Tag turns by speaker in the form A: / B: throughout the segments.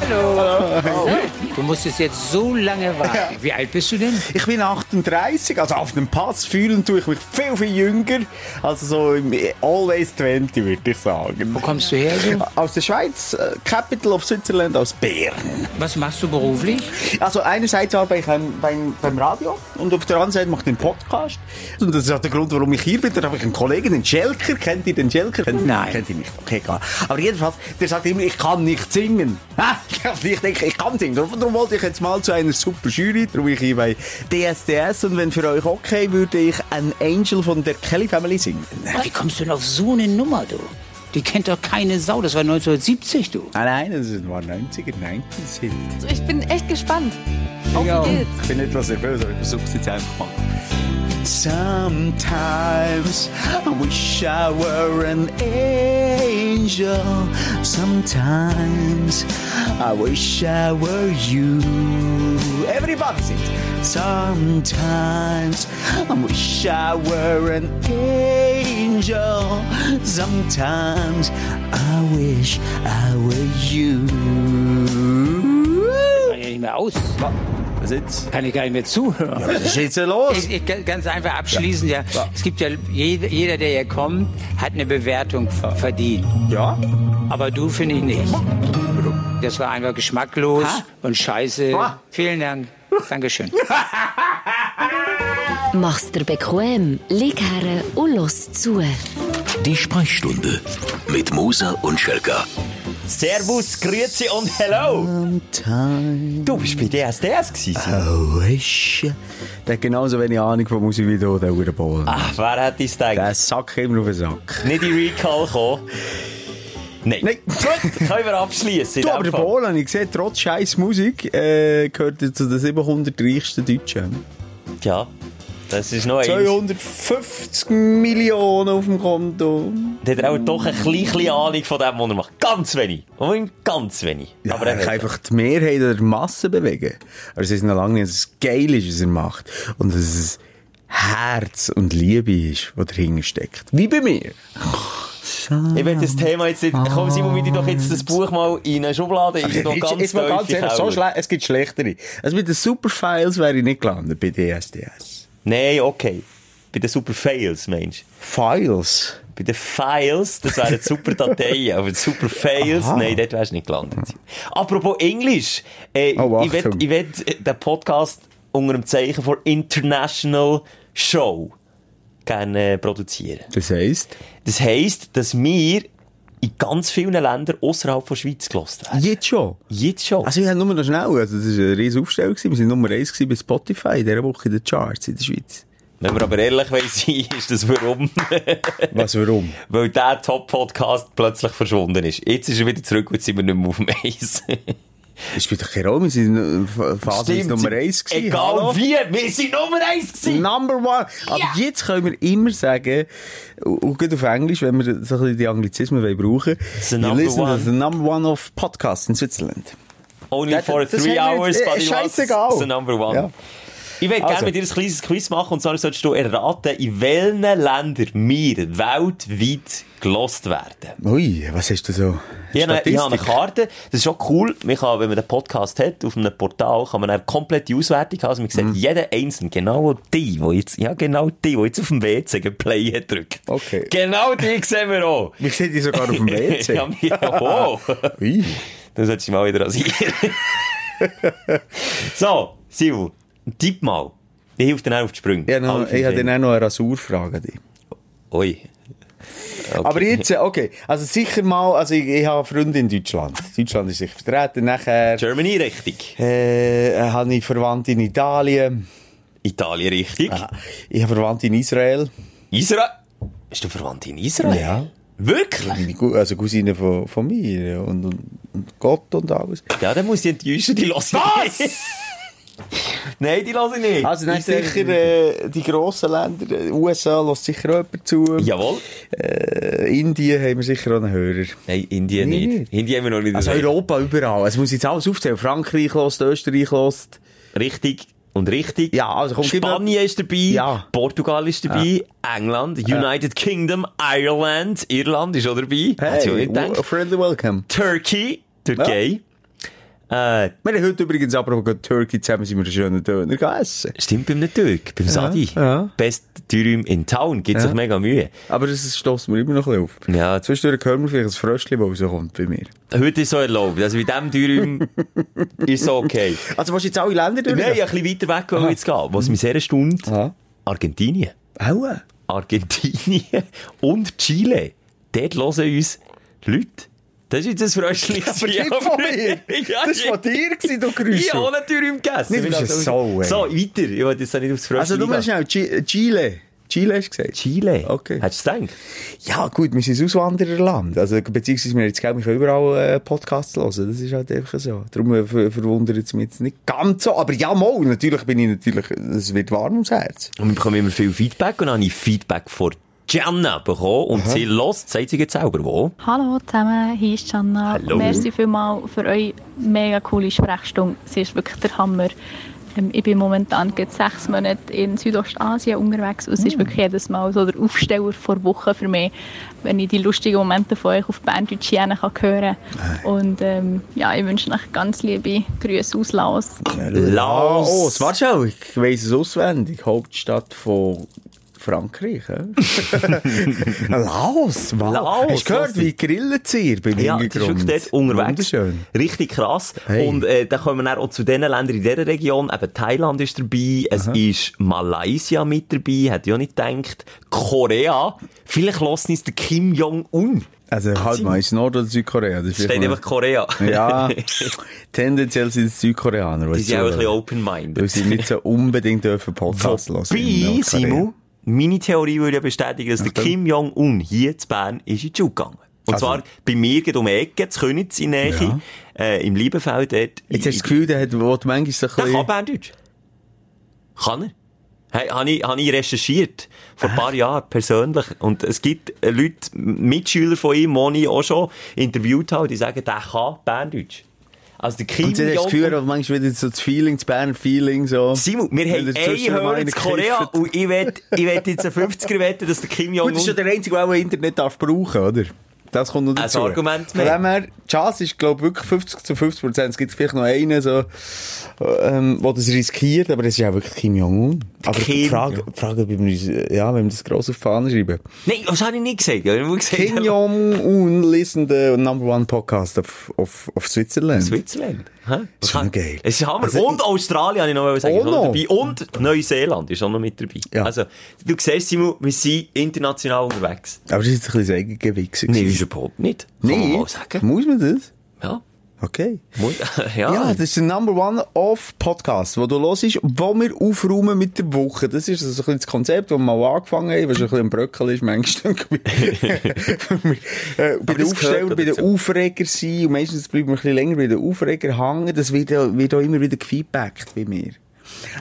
A: Hallo.
B: Du musst es jetzt so lange warten. Wie alt bist du denn?
A: Ich bin 38, also auf dem Pass fühlen tue ich mich viel, viel jünger. Also so im Always 20, würde ich sagen.
B: Wo kommst du her? So?
A: Aus der Schweiz, äh, Capital of Switzerland, aus Bern.
B: Was machst du beruflich?
A: Also einerseits arbeite ich beim, beim, beim Radio und auf der anderen Seite mache ich den Podcast. Und das ist auch der Grund, warum ich hier bin. Da habe ich einen Kollegen, den Schelker. Kennt ihr den Schelker? Kennt,
B: Nein.
A: Kennt ihr nicht? Okay, egal. Aber jedenfalls, der sagt immer, ich kann nicht singen. Ha? Ich denke, ich kann singen. Darum darum wollte ich jetzt mal zu einer super Jury. Darum bin ich hier bei DSDS. Und wenn für euch okay, würde ich einen Angel von der Kelly Family singen.
B: Wie kommst du denn auf so eine Nummer, du? Die kennt doch keine Sau. Das war 1970, du.
A: Ah, nein, das war 90er, 90s Hit.
C: Also ich bin echt gespannt. Auf
B: auch.
C: geht's.
A: Ich bin nicht was nervös, aber ich versuch's jetzt einfach mal. Sometimes I wish I were an angel. Sometimes I wish I were you. Everybody sings. Sometimes I wish I were an angel. Sometimes I wish I were you.
B: Kann ja nicht mehr aus.
A: Was jetzt?
B: Kann ich gar nicht mehr zuhören.
A: Was ist jetzt hier los?
B: Ich, ich, ganz einfach abschließend, ja. Es gibt ja, jeder, jeder, der hier kommt, hat eine Bewertung f- verdient.
A: Ja?
B: Aber du finde ich nicht. Das war einfach geschmacklos und scheiße.
A: Ha?
B: Vielen Dank. Dankeschön.
D: Mach's dir bequem, lieg her und los zu.
E: Die Sprechstunde mit Musa und Schelka.
F: Servus, Grüezi und Hello! Du bist bei DSDS gewesen.
A: Oh, weisst du. Der hat genauso wenig Ahnung von Musik wie du, der Uhrenbohlen.
E: Ah.
F: Ach, wer hätte es
A: Der
F: gedacht?
A: Sack immer auf den Sack.
F: Nicht in Recall kommen. Nein.
A: Nein.
F: Gut, können wir abschließen.
A: Du, aber der Bohlen, habe ich sehe, trotz scheiß Musik, äh, gehört er zu den 700 reichsten Deutschen.
F: Ja, das ist noch eins.
A: 250 Millionen auf dem Konto.
F: Der hat auch doch ein bisschen Ahnung von dem, was er macht. Ganz wenig. Und ganz wenig.
A: Ja,
F: aber
A: aber er kann einfach die Mehrheit der Masse bewegen. Aber es ist noch lange nicht, dass es geil ist, was er macht. Und dass es Herz und Liebe ist, was dahinter steckt. Wie bei mir.
F: Ich will das Thema jetzt nicht... Komm, Simon, wir tun doch jetzt das Buch mal in eine Schublade. Ich doch
A: Jetzt-
F: ganz
A: jetzt mal
F: tief in
A: ganz
F: den
A: ehrlich, so
F: Keller.
A: schle- es gibt schlechtere. Also mit den Superfiles wäre ich nicht gelandet bei DSDS.
F: Nein, okay. Bei den Super Fails, Mensch.
A: Files?
F: Bei den Files, das wären super Dateien, aber super Fails, nein, dort wärst du nicht gelandet. Apropos Englisch, äh,
A: Oh,
F: ich will
A: Achtung.
F: ich will, äh, den Podcast unter dem Zeichen von International Show gerne äh, produzieren.
A: Das heisst?
F: Das heisst, dass wir in ganz vielen Ländern außerhalb der Schweiz gelost werden.
A: Jetzt schon.
F: Jetzt schon.
A: Also wir haben nur noch schnell, also das war eine riesige Aufstellung, gewesen. wir sind Nummer 1 bei Spotify in dieser Woche in den Charts in der Schweiz.
F: Wenn wir aber ehrlich wollen sein, ist das warum?
A: Was, warum?
F: Weil der Top-Podcast plötzlich verschwunden ist. Jetzt ist er wieder zurück und jetzt sind wir nicht mehr auf dem Eis.
A: Das spielt doch keine Rolle, wir sind äh, phasenweise
F: Stimmt,
A: Nummer
F: sie-
A: 1 gewesen.
F: Egal
A: Hallo?
F: wie, wir sind Nummer 1 gewesen.
A: Number one. Aber jetzt können wir immer sagen, und und gerade auf Englisch, wenn wir so ein bisschen die Anglizismen wollen brauchen,
F: the
A: you
F: number
A: listen
F: one.
A: to the number one of podcasts in Switzerland.
F: Only
A: Das-
F: for
A: das
F: three
A: haben wir
F: hours,
A: jetzt-
F: but
A: äh,
F: it was
A: scheißegal.
F: the number one.
A: Ja.
F: Ich will gerne
A: Also.
F: mit dir ein kleines Quiz machen und zwar solltest du erraten, in welchen Ländern wir weltweit gelost werden.
A: Ui, was hast du so?
F: Ich habe, eine, ich habe eine
A: Statistik?
F: Karte, das ist schon cool, man kann, wenn man den Podcast hat, auf einem Portal, kann man eine komplette Auswertung haben, also man
A: Mhm.
F: sieht jeden Einzelnen, genau die, die jetzt, ja genau die, die jetzt auf dem WC Play drückt.
A: Okay.
F: Genau die sehen wir auch.
A: Wir sehen die sogar auf dem WC.
F: ja, wir, oh.
A: Ui.
F: Dann solltest du mal wieder rasieren. so, Sivu, tipp mal. Ich hilft dir auch auf die Sprünge.
A: Ja, nou, noch, ich habe dann auch noch eine Rasurfrage an dich.
F: Ui. Okay.
A: Aber jetzt, äh, okay, also sicher mal, also ich, ich habe Freunde in Deutschland. Deutschland ist sicher vertreten. Nachher
F: Germany richtig.
A: äh, äh, habe ich Verwandte in Italien.
F: Italien richtig.
A: Ah. Ich habe Verwandte in Israel.
F: Israel. Bist du verwandt in Israel?
A: Ja.
F: Wirklich?
A: Meine Gu- also Cousine von, von mir und, und, und Gott und alles.
F: Ja, dann muss ich enttäuschen, die lasse ich nicht. Nein, die lasse ich nicht.
A: Also dann
F: Israel-
A: sicher äh, die grossen Länder, äh, USA lässt sicher auch jemand zu.
F: Jawohl.
A: Äh, Indien haben wir sicher auch einen Hörer.
F: Nein, Indien
A: Nee,
F: nicht.
A: nicht.
F: Indien haben wir noch nicht.
A: Also
F: erwähnt.
A: Europa überall. Es muss jetzt alles aufzählen. Frankreich lost, Österreich lost.
F: Richtig und richtig.
A: Ja, also komm, gib mir-
F: Spanien ist dabei,
A: Ja.
F: Portugal ist dabei, England, United Kingdom, Ireland, Irland ist auch dabei. Hat's ja auch nicht
A: w-
F: gedacht.
A: friendly welcome.
F: Turkey, Türkei, Äh,
G: Wir haben heute übrigens aber auch gerade Turkey zusammen sind wir einen schönen Döner gegessen.
F: stimmt beim Türk, beim Sadi.
G: ja.
F: Best Dürüm in Town, gibt sich mega Mühe.
G: Aber das stoßt mir immer noch ein bisschen auf.
F: Ja,
G: Zwischendurch hören wir vielleicht ein Fröschchen, das rauskommt bei mir.
F: heute ist so erlaubt. Also bei dem Dürüm ist es okay.
G: Also willst du jetzt alle Länder durch?
F: Nein, ein bisschen weiter weg, wo ich jetzt gehe. Was mich sehr erstaunt,
G: Aha.
F: Argentinien.
G: Aua.
F: Argentinien und Chile. Dort hören uns Leute. Das ist jetzt ein fröschliches
G: Aber nicht von mir.
F: Ja,
G: Das war von dir, gewesen, du Grüße.
F: Ich habe auch natürlich im Gessen.
G: Nicht, du bist ein Sau, ey.
F: So, weiter. Ich wollte jetzt auch nicht aufs Fröschli
G: Also, du mal schnell,
A: nou
G: Chi- Chile. Chile hast du gesagt?
F: Chile.
G: Okay.
F: Hättest du gedacht?
G: Ja, gut, wir sind ein Auswandererland. Also, beziehungsweise, wir haben jetzt, glaube ich, überall äh, Podcasts hören. Das ist halt einfach so. Darum äh, ver verwundert es mich jetzt nicht ganz so. Aber ja, mal, natürlich bin ich natürlich, es wird warm ums Herz.
F: Und wir bekommen immer viel Feedback. Und dann habe ich Feedback von Gianna bekommen. Und sie lost, sagt sie jetzt selber wo.
H: Hallo zusammen, hier ist Janna.
F: Hallo.
H: Merci vielmals für eure mega coole Sprechstunde. Sie ist wirklich der Hammer. Ähm, Ich bin momentan gerade sechs Monate in Südostasien unterwegs und es ist wirklich jedes Mal so der Aufsteller vor Wochen für mich, wenn ich die lustigen Momente von euch auf Berndeutsch hören kann. hören. Und ähm, ja, ich wünsche euch ganz liebe Grüße aus Laos.
F: Laos.
G: Laos. Warte schon, ich weiss es auswendig. Hauptstadt von Frankreich, hä? Laos, wow.
F: Laos,
G: Hast du gehört,
F: was
G: wie grillen sie hier beim
F: Ja, das ist
G: Hintergrund?
F: wirklich dort unterwegs.
G: Wunderschön.
F: Richtig krass.
G: Hey.
F: Und äh, dann kommen wir dann auch zu den Ländern in dieser Region. Eben Thailand ist dabei, es ist Malaysia mit dabei, hätte ich auch nicht gedacht. Korea. Vielleicht lassen uns der Kim Jong-un.
G: Also, halt mal, ist Nord- oder Südkorea? Das ist
F: Ah, Steht
G: vielleicht
F: einfach Korea.
G: mal- Ja, tendenziell sind es Südkoreaner.
F: Die sind auch ein bisschen
G: eh,
F: open-minded.
G: Weil sie nicht so unbedingt dürfen Podcast hören. dus in eh,
F: Wobei,
G: Nordkorea.
F: Simon, meine Theorie würde ja bestätigen, dass der
G: Achtung.
F: Kim Jong-un hier zu Bern ist in die Schule gegangen. Und
G: Also-
F: zwar bei mir geht um die Ecke, zu Königs in Nähe, äh, im Liebenfeld dort.
G: Jetzt hast du das Gefühl, der hat, wo du manchmal so
F: Der
G: ein
F: kann
G: bisschen...
F: Berndeutsch. Kann er. Hey, habe ich, hab ich recherchiert. Vor ein paar Jahren persönlich. Und es gibt äh, Leute, M- Mitschüler von ihm, die ich auch schon interviewt habe, die sagen, der kann Berndeutsch. Also der Kim
G: Und dann hast du das Gefühl, aber manchmal wieder so das Feeling, das Bern-Feeling, so...
F: Simon, wir
G: Wenn
F: haben einen
G: er zwischendurch mal
F: Hörer in
G: einen
F: Korea
G: kifft.
F: und ich wette ich wett jetzt einen 50er wetten, dass der Kim
G: Gut, das ist ja
F: Jong-un...
G: der Einzige, der auch Internet darf brauchen oder? Das kommt noch
F: Ein
G: dazu.
F: Argument
G: Von
F: mehr.
G: dem her, die Chance ist, glaube ich, wirklich 50 zu 50 Prozent. Es gibt vielleicht noch einen, so, ähm, der das riskiert, aber es ist ja wirklich Kim Jong-un. Aber
F: Kim,
G: die Frage, die Frage, ob wir uns, dus, eh, ja, wenn wir das gross auf die Fahne schreiben.
F: Nein, das habe ich nicht gesagt. Ich habe nur gesagt,
G: Kim Jong-un listen the number one podcast of, of, of Switzerland.
F: Switzerland.
G: Das ist schon geil.
F: Es ist Hammer.
G: Also,
F: und Australien, habe ich noch sagen,
G: Oh
F: ist auch noch
G: no.
F: dabei. Und Neuseeland ist auch noch mit dabei.
G: Ja.
F: Also, du siehst, Simon, wir sind international unterwegs.
G: aber das ist jetzt ein bisschen das eigene Gewicht.
F: Nein, ist überhaupt nicht. Kann man
G: Nee, dus?
F: mal sagen.
G: muss man das?
F: Ja.
G: Okay.
F: Muss- ja.
G: Ja, das ist der Number One of Podcast, wo du los ist, wo wir aufräumen mit der Woche. Das ist so ein bisschen das Konzept, das wir mal angefangen haben, was ein bisschen ein Bröckel ist, manchmal. äh, bei den
F: das
G: Aufstellern,
F: gehört
G: bei den
F: dazu.
G: Aufreger sein, und meistens bleiben wir ein bisschen länger bei den Aufreger hängen, das wird, ja- wird auch immer wieder gefeedbackt bei mir.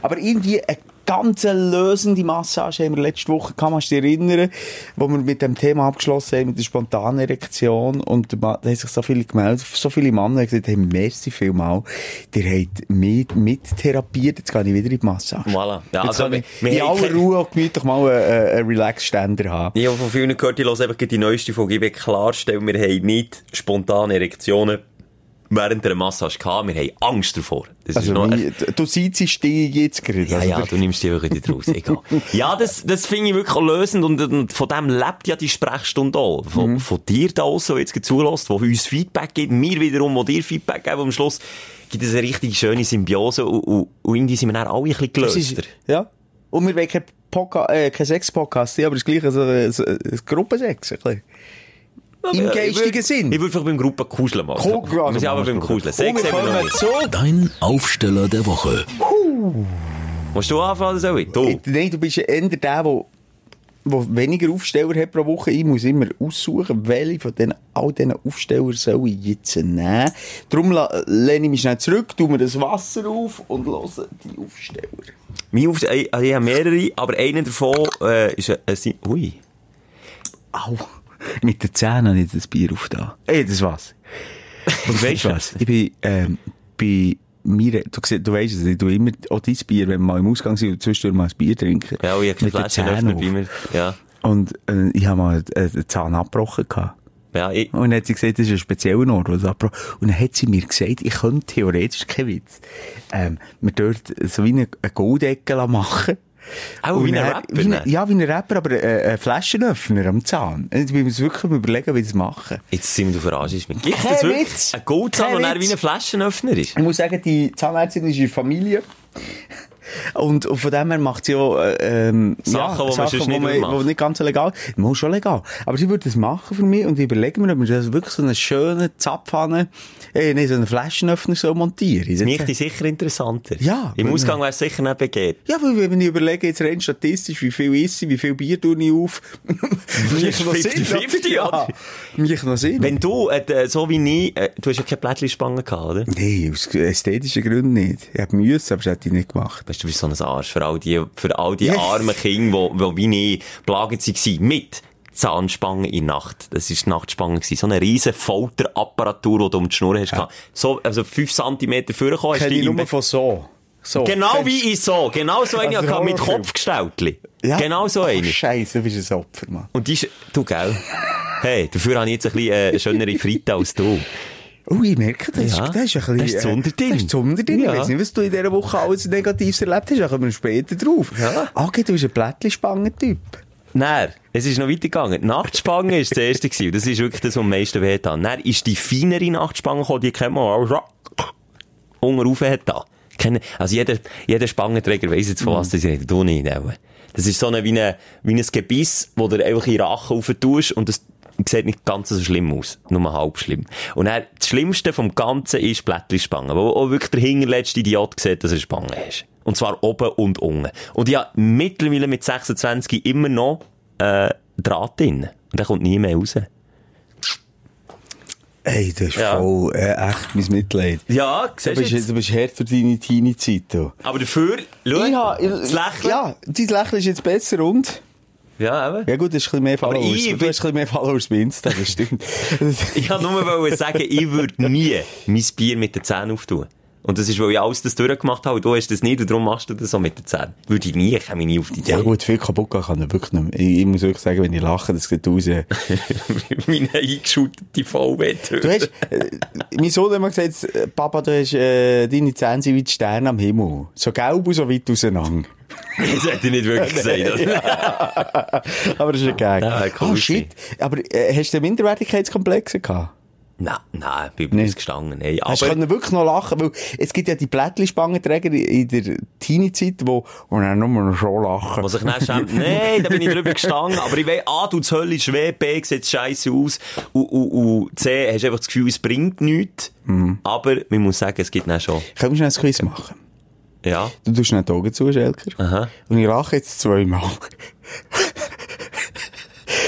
G: Aber irgendwie eine ganze lösende Massage haben wir letzte Woche, kann man sich erinnern, wo wir mit dem Thema abgeschlossen haben, mit der spontanen Erektion. Und da haben sich so viele gemeldet, so viele Männer haben gesagt, hey, merci vielmal, ihr habt mit, mit therapiert, jetzt gehe ich wieder in die Massage.
F: Voilà. Ja,
G: jetzt
F: also
G: kann ich
F: wir- wir
G: in
F: haben
G: aller
F: keine-
G: Ruhe auch gemütlich mal einen, einen Relax-Ständer haben.
F: Ich habe von vielen gehört, ich höre einfach die neueste Folge. Ich will klarstellen, wir haben nicht spontane Erektionen während der Massage gehabt. Wir haben Angst Dus davor. Das
G: Also,
F: noch-
G: wie, du siehst, ich stehe jetzt gerade.
F: Ja,
G: Also,
F: ja, du nimmst die wirklich nicht raus. Egal. Ja, dus, das, das finde ich wirklich auch lösend und, und von dem lebt ja die Sprechstunde auch. Von, von dir da aus, so jetzt gerade zulässt, wo uns Feedback gibt, mir wiederum, wo dir Feedback geben, am Schluss gibt es eine richtig schöne Symbiose und, und, und irgendwie sind wir dann alle ein bisschen
G: Das ist-
F: gelöster.
G: Ja. Und wir wollen keinen Podca äh, kein Sex-Podcast sein, aber es ist gleich so ein, so ein Gruppensex. ein bisschen. Im
F: Ich
G: geistigen
F: würd-
G: Sinn.
F: Ich würde einfach beim Gruppen kuscheln machen.
G: Guck, also
F: wir sind aber
G: machst
F: beim
G: du.
F: Kuscheln. Sex
G: Und wir
F: haben wir noch
G: kommen
F: nicht.
G: zu...
A: Dein Aufsteller der Woche.
F: Musst du anfangen oder soll ich? Du.
G: Nein, du bist ja eher der, der wo weniger Aufsteller hat pro Woche. Ich muss immer aussuchen, welche von den, all diesen Aufsteller soll ich jetzt nehmen. Darum la- lehne ich mich schnell zurück, tue mir das Wasser auf und höre die Aufsteller.
F: Mein Auf ich, ich habe mehrere, aber einer davon äh, ist ein... ein Sim- Ui.
G: Au, mit den Zähnen habe ich das Bier auf da. Ey, das was. Und weißt du was? Ich bin, ähm, bei mir, du, siehst- du weißt es, ich tue immer auch dein Bier, wenn wir mal im Ausgang sind und zwischendurch mal ein Bier trinken.
F: Ja, ich habe
G: mit
F: keine
G: den
F: Flasche
G: Zähnen
F: öffnen
G: auf.
F: bei mir. Ja.
G: Und äh, ich habe mal einen, einen Zahn abgebrochen. Gehabt.
F: Ja, ich,
G: Und dann hat sie gesagt, das ist ein spezieller Ort. Und dann hat sie mir gesagt, ich könnte theoretisch, kein Witz, ähm, wir dort so wie eine, eine Goldecke lassen machen
F: Auch
G: Und
F: Oh, wie ein
G: dann-
F: Rapper,
G: Wie
F: ne?
G: ein, ja, wie ein Rapper, aber äh, ein Flaschenöffner am Zahn. Und Jetzt müssen wir uns wirklich mal überlegen, wie wir das machen.
F: jetzt sind wir verarschst mich. Gibt es
G: Kein
F: das wirklich?
G: Witz.
F: Ein Goldzahn,
G: Kein
F: der dann
G: Witz.
F: wie ein Flaschenöffner ist?
G: Ich muss sagen, die Zahnärztin ist in der Familie. Und, und von dem her macht sie auch äh, ähm,
F: Sachen, die man sonst nicht
G: die
F: macht.
G: die nicht ganz so legal Mal schon legal. Aber sie würde das machen für mich und ich überlege mir, ob wir das dus wirklich so einen schönen Zapfhahn, äh, nee, so einen Flaschenöffner so montieren.
F: Das macht dich sicher interessanter.
G: Ja,
F: Im
G: weil-
F: Ausgang wäre es sicher nicht begehrt.
G: Ja, weil wenn ich überlege, jetzt rein statistisch, wie viel esse ich, wie viel Bier tue ich auf. Mich noch Sinn,
F: 50-50,
G: ja.
F: oder?
G: Mich noch Sinn.
F: Wenn du, äh, so wie ich, äh, du hast ja keine Plättchenspange gehabt, oder?
G: Nein, aus ästhetischen Gründen nicht. Ich hätte müssen, aber das hätte ich nicht gemacht.
F: Weißt du, du bist so ein Arsch für all die, für all die
G: Yes.
F: armen Kinder, die, die wie ich belagert waren mit Zahnspangen in der Nacht. Das war die Nachtspange. gewesen. So eine riesen Folterapparatur, die du um die Schnur hast. gehabt. So, also fünf Zentimeter vorgekommen hast
G: Kenne
F: die
G: ich
F: im
G: nur
F: Bett-
G: von so. so.
F: Genau
G: Kennst-
F: wie ich so. Genau so eine
G: Also
F: hatte mit
G: Horrorfilm.
F: Kopfgestaltli.
G: Ja.
F: Genau so
G: Ach,
F: eine.
G: Scheiße, du bist ein Opfer, Mann.
F: Und die ist, du, gell? Hey, dafür habe ich jetzt ein bisschen äh, schönere Fritte als du.
G: Oh, ich merke das.
F: Ja,
G: das ist ein bisschen,
F: das ist das
G: äh,
F: Sonderding.
G: Das ist das Sonderding.
F: Ja.
G: Ich weiß nicht, was du in dieser Woche alles Negatives erlebt hast. Da kommen wir später drauf.
F: Ja.
G: Okay, du bist ein Plättli-Spangen-Typ.
F: Nein, es ist noch weitergegangen. Die Nachtspange war das erste. Gewesen. Das ist wirklich das, was am meisten weh hat. Dann ist die feinere Nachtspange gekommen, die kennt man auch schon. Unten hat da. Also jeder, jeder Spangenträger weiss
G: Mhm.
F: jetzt, von was das redet. Du nicht, auch. Das ist so eine, wie, eine, wie ein Gebiss, wo du einfach in den Rachen rauf tust und das sieht nicht ganz so schlimm aus. Nur halb schlimm. Und dann, das Schlimmste vom Ganzen ist Blättli-Spange. Wo auch wirklich der hinterletzte Idiot sieht, dass er Spange ist. Und zwar oben und unten. Und ich habe mittlerweile mit 26 immer noch äh, Draht drin. Und der kommt nie mehr raus.
G: Ey, das ist
F: Ja.
G: voll, äh, echt mein Mitleid.
F: Ja,
G: Du bist, du bist hart für deine Teenie-Zeit. du.
F: Aber dafür, schau,
G: Ich ha- ich-
F: das Lächeln.
G: Ja, dein Lächeln ist jetzt besser und...
F: ja eben.
G: Ja gut, das ist ein bisschen mehr
F: Aber
G: Followers.
F: ich
G: du hast
F: bin-
G: ein bisschen mehr Followers bei Insta, das stimmt.
F: Ich wollte nur wollen sagen, ich würde nie mein Bier mit den Zähnen auftun. Und das ist, weil ich alles das durchgemacht habe und du hast das nicht und darum machst du das so mit den Zähnen. Würde ich nie, käme ich nie auf die Idee.
G: ja gut, viel kaputt gehen kann er wirklich nicht mehr. Ich, ich muss wirklich sagen, wenn ich lache, das geht raus. Du
F: Meine eingeschuttete VW-Tür.
G: hast, äh, mein Sohn hat immer gesagt, äh, Papa, du hast äh, deine Zähne sind wie die Sterne am Himmel. So gelb und so weit auseinander.
F: Das hätte ich nicht wirklich gesagt. oder?
G: Aber das ist ein Gag.
F: Ja, Ah, cool
G: oh shit, aber äh, hast du Minderwertigkeitskomplexe gehabt?
F: Nein, nein, bin nee. gestanden. Hey,
G: Hast du
F: aber
G: können wirklich noch lachen? Weil es gibt ja die Plättli-Spangenträger in der Teenie-Zeit, wo, wo dann nur noch schon lachen.
F: was ich dann schämt, nein, da bin ich drüber gestanden. Aber ich weiss, A, du die Hölle ist weh, B, sieht scheiße aus und, und, und C, hast einfach das Gefühl, es bringt nichts.
G: Mhm.
F: Aber man muss sagen, es gibt dann schon.
G: Können wir schnell ein Quiz machen?
F: Ja.
G: Du tust nicht die Augen zu, Schelker.
F: Aha.
G: Und ich lache jetzt zweimal.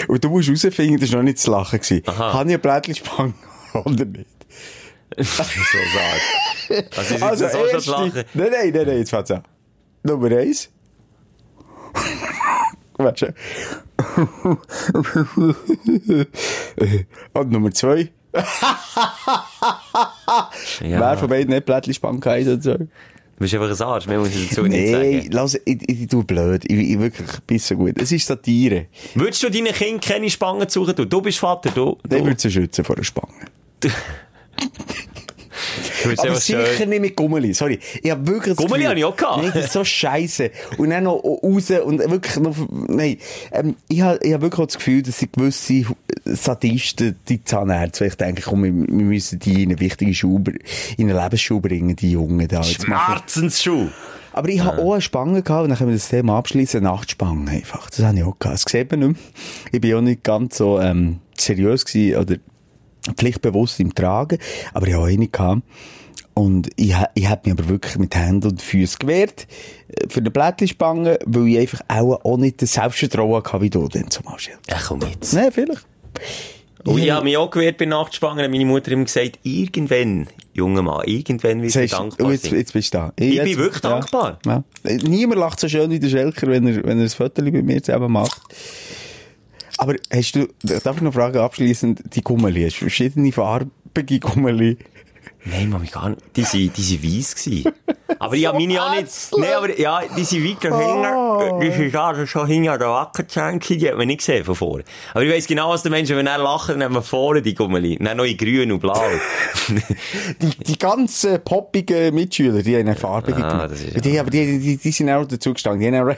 G: Und du musst herausfinden, das war noch nicht das Lachen. Gewesen.
F: Aha.
G: Habe ich ein Blättchen Spang oder nicht?
F: so sagen. Also, ist also,
G: Also,
F: so schon das
G: erste...
F: Lachen.
G: Nein, nein, nein, nein, jetzt fängt's an. Nummer eins. Warte schon. Und Nummer zwei. Wer von beiden nicht Blättchen Spang heisst oder so?
F: Du bist einfach ein Arsch, mehr muss ich dazu nicht
G: Nein,
F: sagen.
G: lass, ich, ich, ich tu blöd. Ich, ich wirklich, ich bin so gut. Es ist Satire.
F: Würdest du deinen Kind keine Spangen suchen? Du, du bist Vater, du. du.
G: Den würde sie schützen vor der Spange.
F: du bist
G: Aber
F: einfach schön.
G: sicher nicht mit Gummeli, sorry. Ich hab wirklich das
F: Gummeli
G: Gefühl-
F: hab ich auch gehabt.
G: Nein, das ist so scheiße. Und dann noch raus und wirklich noch, nein. Ähm, ich hab ich hab wirklich auch das Gefühl, dass sie gewisse Sadisten, die Zahnärzte, weil ich denke, komm, wir, wir müssen die in eine wichtige Schule, in eine Lebensschule bringen, die Jungen da. Jetzt machen wir-
F: Schmerzensschuh.
G: Aber ich hab auch eine Spange gehabt, und dann können wir das Thema abschließen, Nachtspange einfach. Das hab ich auch gehabt. Das sieht man nicht mehr. Ich bin auch nicht ganz so, ähm, seriös gewesen oder pflichtbewusst im Tragen, aber ich hab auch eine gehabt. Und ich, ha- ich hab mich aber wirklich mit Händen und Füßen gewehrt, äh, für den Blättlispange, weil ich einfach auch, auch nicht das Selbstvertrauen hatte, wie du denn zum Beispiel.
F: Ja, komm jetzt.
G: Nein, vielleicht.
F: Und Oh, ich habe mich auch gewehrt bei Nachtspangen. Meine Mutter hat mir gesagt, irgendwann, junger Mann, irgendwann wirst du
G: Sagst,
F: dankbar
G: oh,
F: sein.
G: jetzt, jetzt bist du da.
F: Ich
G: jetzt-
F: bin wirklich
G: ja.
F: dankbar.
G: Ja. Niemand lacht so schön wie der Schelker, wenn er, wenn er ein Foto bei mir zusammen macht. Aber hast du, darf ich noch fragen, abschließend, die Gummeli, hast du verschiedene farbige Gummeli?
F: Nein, Mami, gar nicht. Die sind, die sind weiss gewesen. Aber ich hab meine ja nicht, nee, aber, ja, die sind weiter
G: Ah.
F: hinter, die sind ja schon hinter der Wackertschenke, die hat man nicht gesehen von vorne. Aber ich weiss genau, was der Mensch, wenn er lacht, dann hat man vorne die Gummeli. Dann noch in grün und blau.
G: Die, die ganzen poppigen Mitschüler, die haben eine Farbe
F: Ah,
G: gemacht.
F: das ist ja-
G: die, aber die, die, die sind auch dazu gestanden. Die haben auch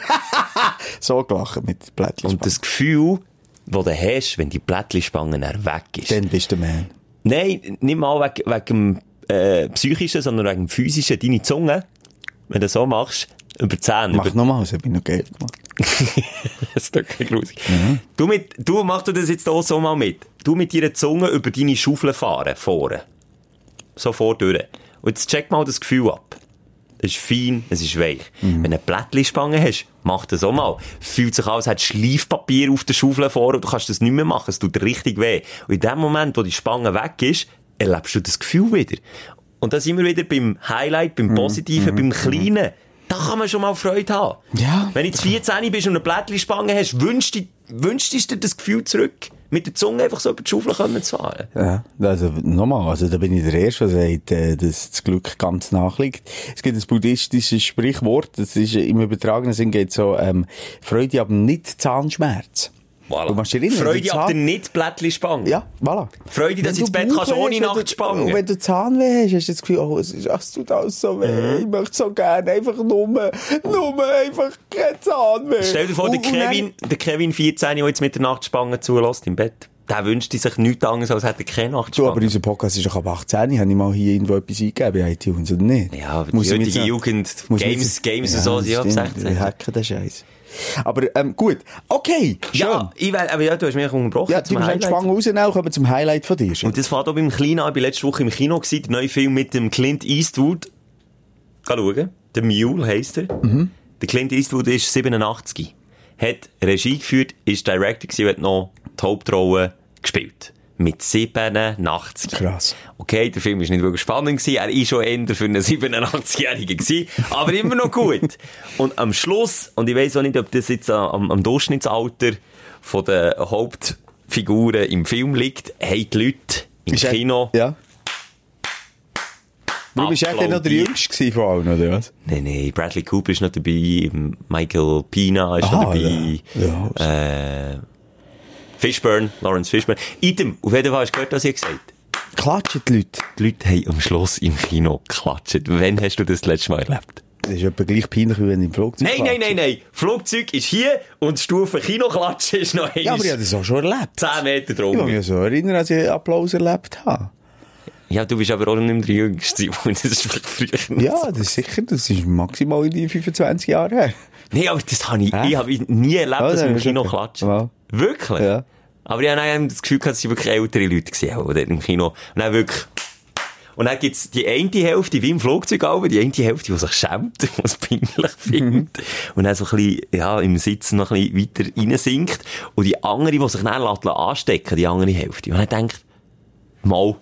G: so gelacht mit Blättchen.
F: Und das Gefühl, das du hast, wenn die Blättlispange dann weg ist.
G: Dann bist du der Man.
F: Nein, nicht mal wegen, wegen dem äh, psychischen, sondern wegen dem physischen. Deine Zunge, wenn du so machst, über die Zähne.
G: Mach
F: über
G: nochmal, das habe ich noch Geld gemacht.
F: das ist wirklich grusig.
G: Mhm.
F: Du, mit, du mach du das jetzt auch so mal mit. Du mit deiner Zunge über deine Schaufel fahren, vorne. So vor durch. Und jetzt check mal das Gefühl ab. Es ist fein, es ist weich. Wenn du eine Plättlispange hast, mach das auch mal. Fühlt sich an, als hättest du Schleifpapier auf der Schaufel vor und du kannst das nicht mehr machen. Es tut richtig weh. Und in dem Moment, wo die Spange weg ist, erlebst du das Gefühl wieder. Und da sind wir wieder beim Highlight, beim Positiven, beim Kleinen. Da kann man schon mal Freude haben.
G: Ja.
F: Wenn du jetzt 14 bist und eine Plättlispange hast, wünschst du wünschst du dir das Gefühl zurück? Mit der Zunge einfach so über die Schaufel können zu fahren.
G: Ja, also nochmal, also da bin ich der Erste, der sagt, äh, dass das Glück ganz nachliegt. Es gibt ein buddhistisches Sprichwort, das ist äh, im übertragenen Sinn geht so, ähm, Freude ab nicht Zahnschmerz. Du machst dir erinnern, wenn du
F: Freude ab
G: Zahn-
F: der nicht Plättlispange.
G: Ja, voilà.
F: Freude, dass du ins Bett kannst, ohne
G: Nachtspangen.
F: Nachtspange.
G: Und wenn du Zahnweh hast, hast du das Gefühl, oh, es, ist, ach, es tut alles so
F: Mhm.
G: weh. Ich möchte so gerne einfach nur, nur einfach kein Zahnweh.
F: Stell dir vor, der
G: Und- und dann-
F: Kevin, der Kevin 14, der jetzt mit der Nachtspange zulässt im Bett, der wünscht sich nichts anderes, als hätte er keine
G: Du, aber
F: Nachtspange.
G: unser Podcast ist doch ab 18. Habe ich mal hier irgendwo etwas eingegeben bei iTunes oder nicht?
F: Ja, aber die
G: Muss ich
F: heutige
G: mir jetzt-
F: Jugend,
G: muss ich mir
F: Games-
G: jetzt-
F: Games und so,
G: das
F: die ab
G: stimmt.
F: 16.
G: Die hacken den Scheiß. Aber ähm, gut, okay,
F: ja,
G: schön. Ja,
F: ich will, aber ja, du hast mich unterbrochen.
G: ja
F: zum
G: du musst die
F: Highlight.
G: Spange rausnehmen und kommen zum Highlight von dir.
F: Und das fährt auch beim Kleinen an. Ich war letzte Woche im Kino, gewesen, der neue Film mit dem Clint Eastwood. Geh schauen. Der Mule heisst er. Der Clint Eastwood ist 87. Hat Regie geführt, ist Director gewesen, und hat noch die Hauptrolle gespielt. Mit 87.
G: Krass.
F: Okay, der Film war nicht wirklich spannend. Gewesen. Er war schon eher für einen 87-Jährigen. gewesen, Aber immer noch gut. Und am Schluss, und ich weiß auch nicht, ob das jetzt am, am Durchschnittsalter von der Hauptfiguren im Film liegt, haben die Leute im
G: er-
F: Kino...
G: Ja. Warum war er dann noch der
F: Applaudi-
G: Jüngste gewesen von allen, oder was?
F: Nein, nein, Bradley Cooper ist noch dabei, Michael Pina ist noch
G: Ah,
F: dabei,
G: ja.
F: Äh, Fishburne, Lawrence Fishburne. Item, auf jeden Fall hast du gehört, was ich gesagt habe.
G: Klatschen die Leute.
F: Die Leute haben am Schluss im Kino geklatscht. Wann hast du das, das letzte Mal erlebt?
G: Das ist etwa gleich peinlich, wie wenn du im Flugzeug
F: Nein, nein, nein,
G: klatschst.
F: nein. Flugzeug ist hier und die Stufe Kinoklatschen ist noch
G: Ja, aber ich habe
F: eins.
G: das auch schon erlebt.
F: 10 Meter
G: Ich kann
F: drum.
G: mich so erinnern, als ich Applaus erlebt habe.
F: Ja, du bist aber auch nicht mehr der Jüngste. Simon. Das ist vielleicht früher. nicht
G: Ja,
F: so.
G: das ist sicher, das ist maximal in die 25 Jahre her.
F: Nein, aber das habe ich,
G: Hä?
F: ich habe nie erlebt,
G: Ja,
F: dass
G: das
F: im
G: ist
F: Kino
G: okay.
F: klatschen.
G: Ja.
F: Wirklich?
G: Ja.
F: Aber ich habe dann das Gefühl, gehabt, es waren wirklich ältere Leute, gewesen, die dort im Kino. Und dann wirklich. Und dann gibt's die eine Hälfte, wie im Flugzeug auch, die eine Hälfte, die sich schämt, die es
G: Mhm.
F: peinlich findet. Und dann so ein bisschen, ja, im Sitzen noch ein bisschen weiter reinsinkt. Und die andere, die sich dann lässt anstecken, die andere Hälfte. Und dann denkt, mal,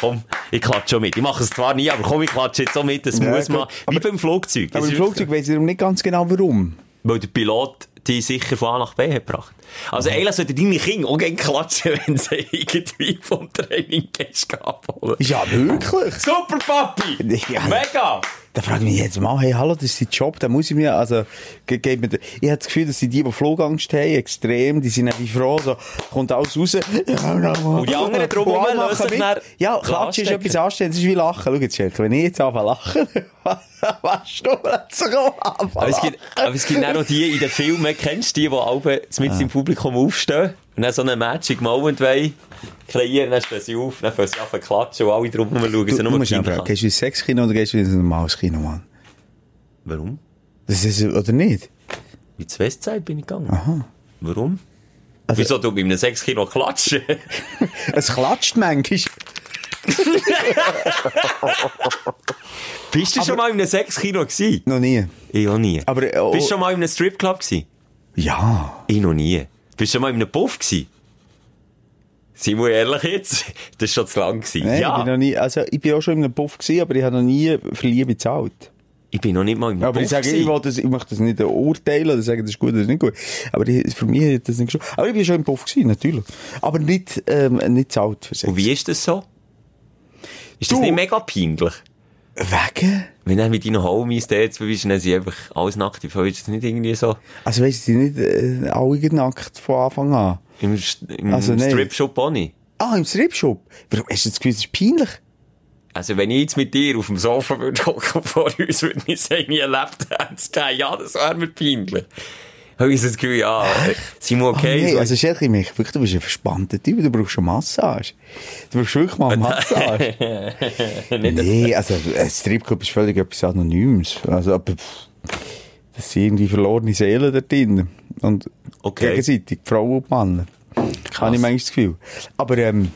F: komm, ich klatsche schon mit. Ich mache es zwar nie, aber komm, ich klatsche jetzt so mit, das
G: Ja,
F: muss man.
G: gut.
F: Wie beim Flugzeug.
G: Aber
F: Das
G: im
F: ist-
G: Flugzeug weiss ich darum nicht ganz genau, warum.
F: weil der Pilot die sicher von A nach B hat gebracht. Also eigentlich sollten deine Kinder auch gerne klatschen, wenn sie irgendwie vom Training gehst abholen.
G: Ja, wirklich?
F: Super, Papi!
G: Ja.
F: Mega!
G: Da frage ich mich jetzt mal, hey, hallo, das ist dein Job, da muss ich mir, also, ge geht mir, der- ich habe das Gefühl, dass die, die die Flugangst haben, extrem, die sind dann wie froh, so, kommt alles raus. Und
F: Und die anderen drumherum lassen sich dann
G: Ja, Klatschen ist
F: anstecken.
G: etwas anstehendes, das ist wie Lachen. Schau jetzt, Schelke, wenn ich jetzt anfange zu lachen, was du, lass sich auch
F: Aber
G: anfangen.
F: es, gibt, aber es gibt auch noch die in den Filmen, kennst du die, die alle
G: Ah.
F: mit im Publikum aufstehen und dann so einen Magic Moment wollen kreieren, dann stehen sie auf, dann fangen sie an zu klatschen und alle drumherum schauen
G: Du,
F: sie
G: du
F: nur
G: musst ja
F: Kinder
G: fragen,
F: an.
G: gehst du ins Sexkino oder gehst du ins normales Kino, Mann?
F: Warum?
G: Das ist, oder nicht?
F: Ins Westside bin ich gegangen. Warum?
G: Also-
F: Wieso du bei einem 6 Kilo klatschen?
G: Es klatscht manchmal.
F: Bist du schon mal in einem 6 Kilo gewesen?
G: Noch nie.
F: Ich auch nie.
G: Aber, äh,
F: Bist
G: oh-
F: du schon mal in einem Stripclub gsi?
G: Ja.
F: Ich noch nie. Bist du schon mal in einem Puff gsi? Seien wir ehrlich jetzt, das ist schon zu lang gewesen.
G: Nein,
F: ja,
G: ich bin noch nie, also ich bin auch schon in einem Puff gewesen, aber ich habe noch nie für Liebe gezahlt.
F: noch nicht mal in einem
G: Aber
F: Puff
G: ich sage,
F: gsi.
G: ich, will das, ich möchte das nicht urteilen oder sagen, das ist gut oder nicht gut. Aber ich, für mich hat das nicht geschaut. Aber ich bin schon im Puff gewesen, natürlich. Aber nicht, ähm, nicht gezahlt für Sex.
F: Und wie ist das so? Ist das
G: Du.
F: nicht mega peinlich?
G: Wegen?
F: Wenn du dann mit deinen Homies da jetzt bist, und dann sind einfach alles nackt. Ich ist das nicht irgendwie so
G: Also weißt du, die sind nicht äh, alle nackt von Anfang an.
F: im, St- im
G: Also nein.
F: Strip-Shop auch nicht.
G: Ah, im Stripshop. Warum hast du das Gefühl, das ist peinlich?
F: Also, wenn ich jetzt mit dir auf dem Sofa würde hocken vor uns, würde ich sagen, ich erlebt hätte. Ja, das wäre mir peinlich. Habe ich so das Gefühl, ja, äh, sind wir okay?
G: Ah, nee,
F: so,
G: also Scherchi, mich, wirklich, du bist ein verspannter Typ, du brauchst eine Massage. Du brauchst wirklich mal eine Massage. nee, also ein Stripclub ist völlig etwas Anonymes. Also, aber, pff, das sind irgendwie verlorene Seelen da drin. Und
F: Okay.
G: gegenseitig, Frauen und Männer. Habe ich manchmal das Gefühl. Aber ähm,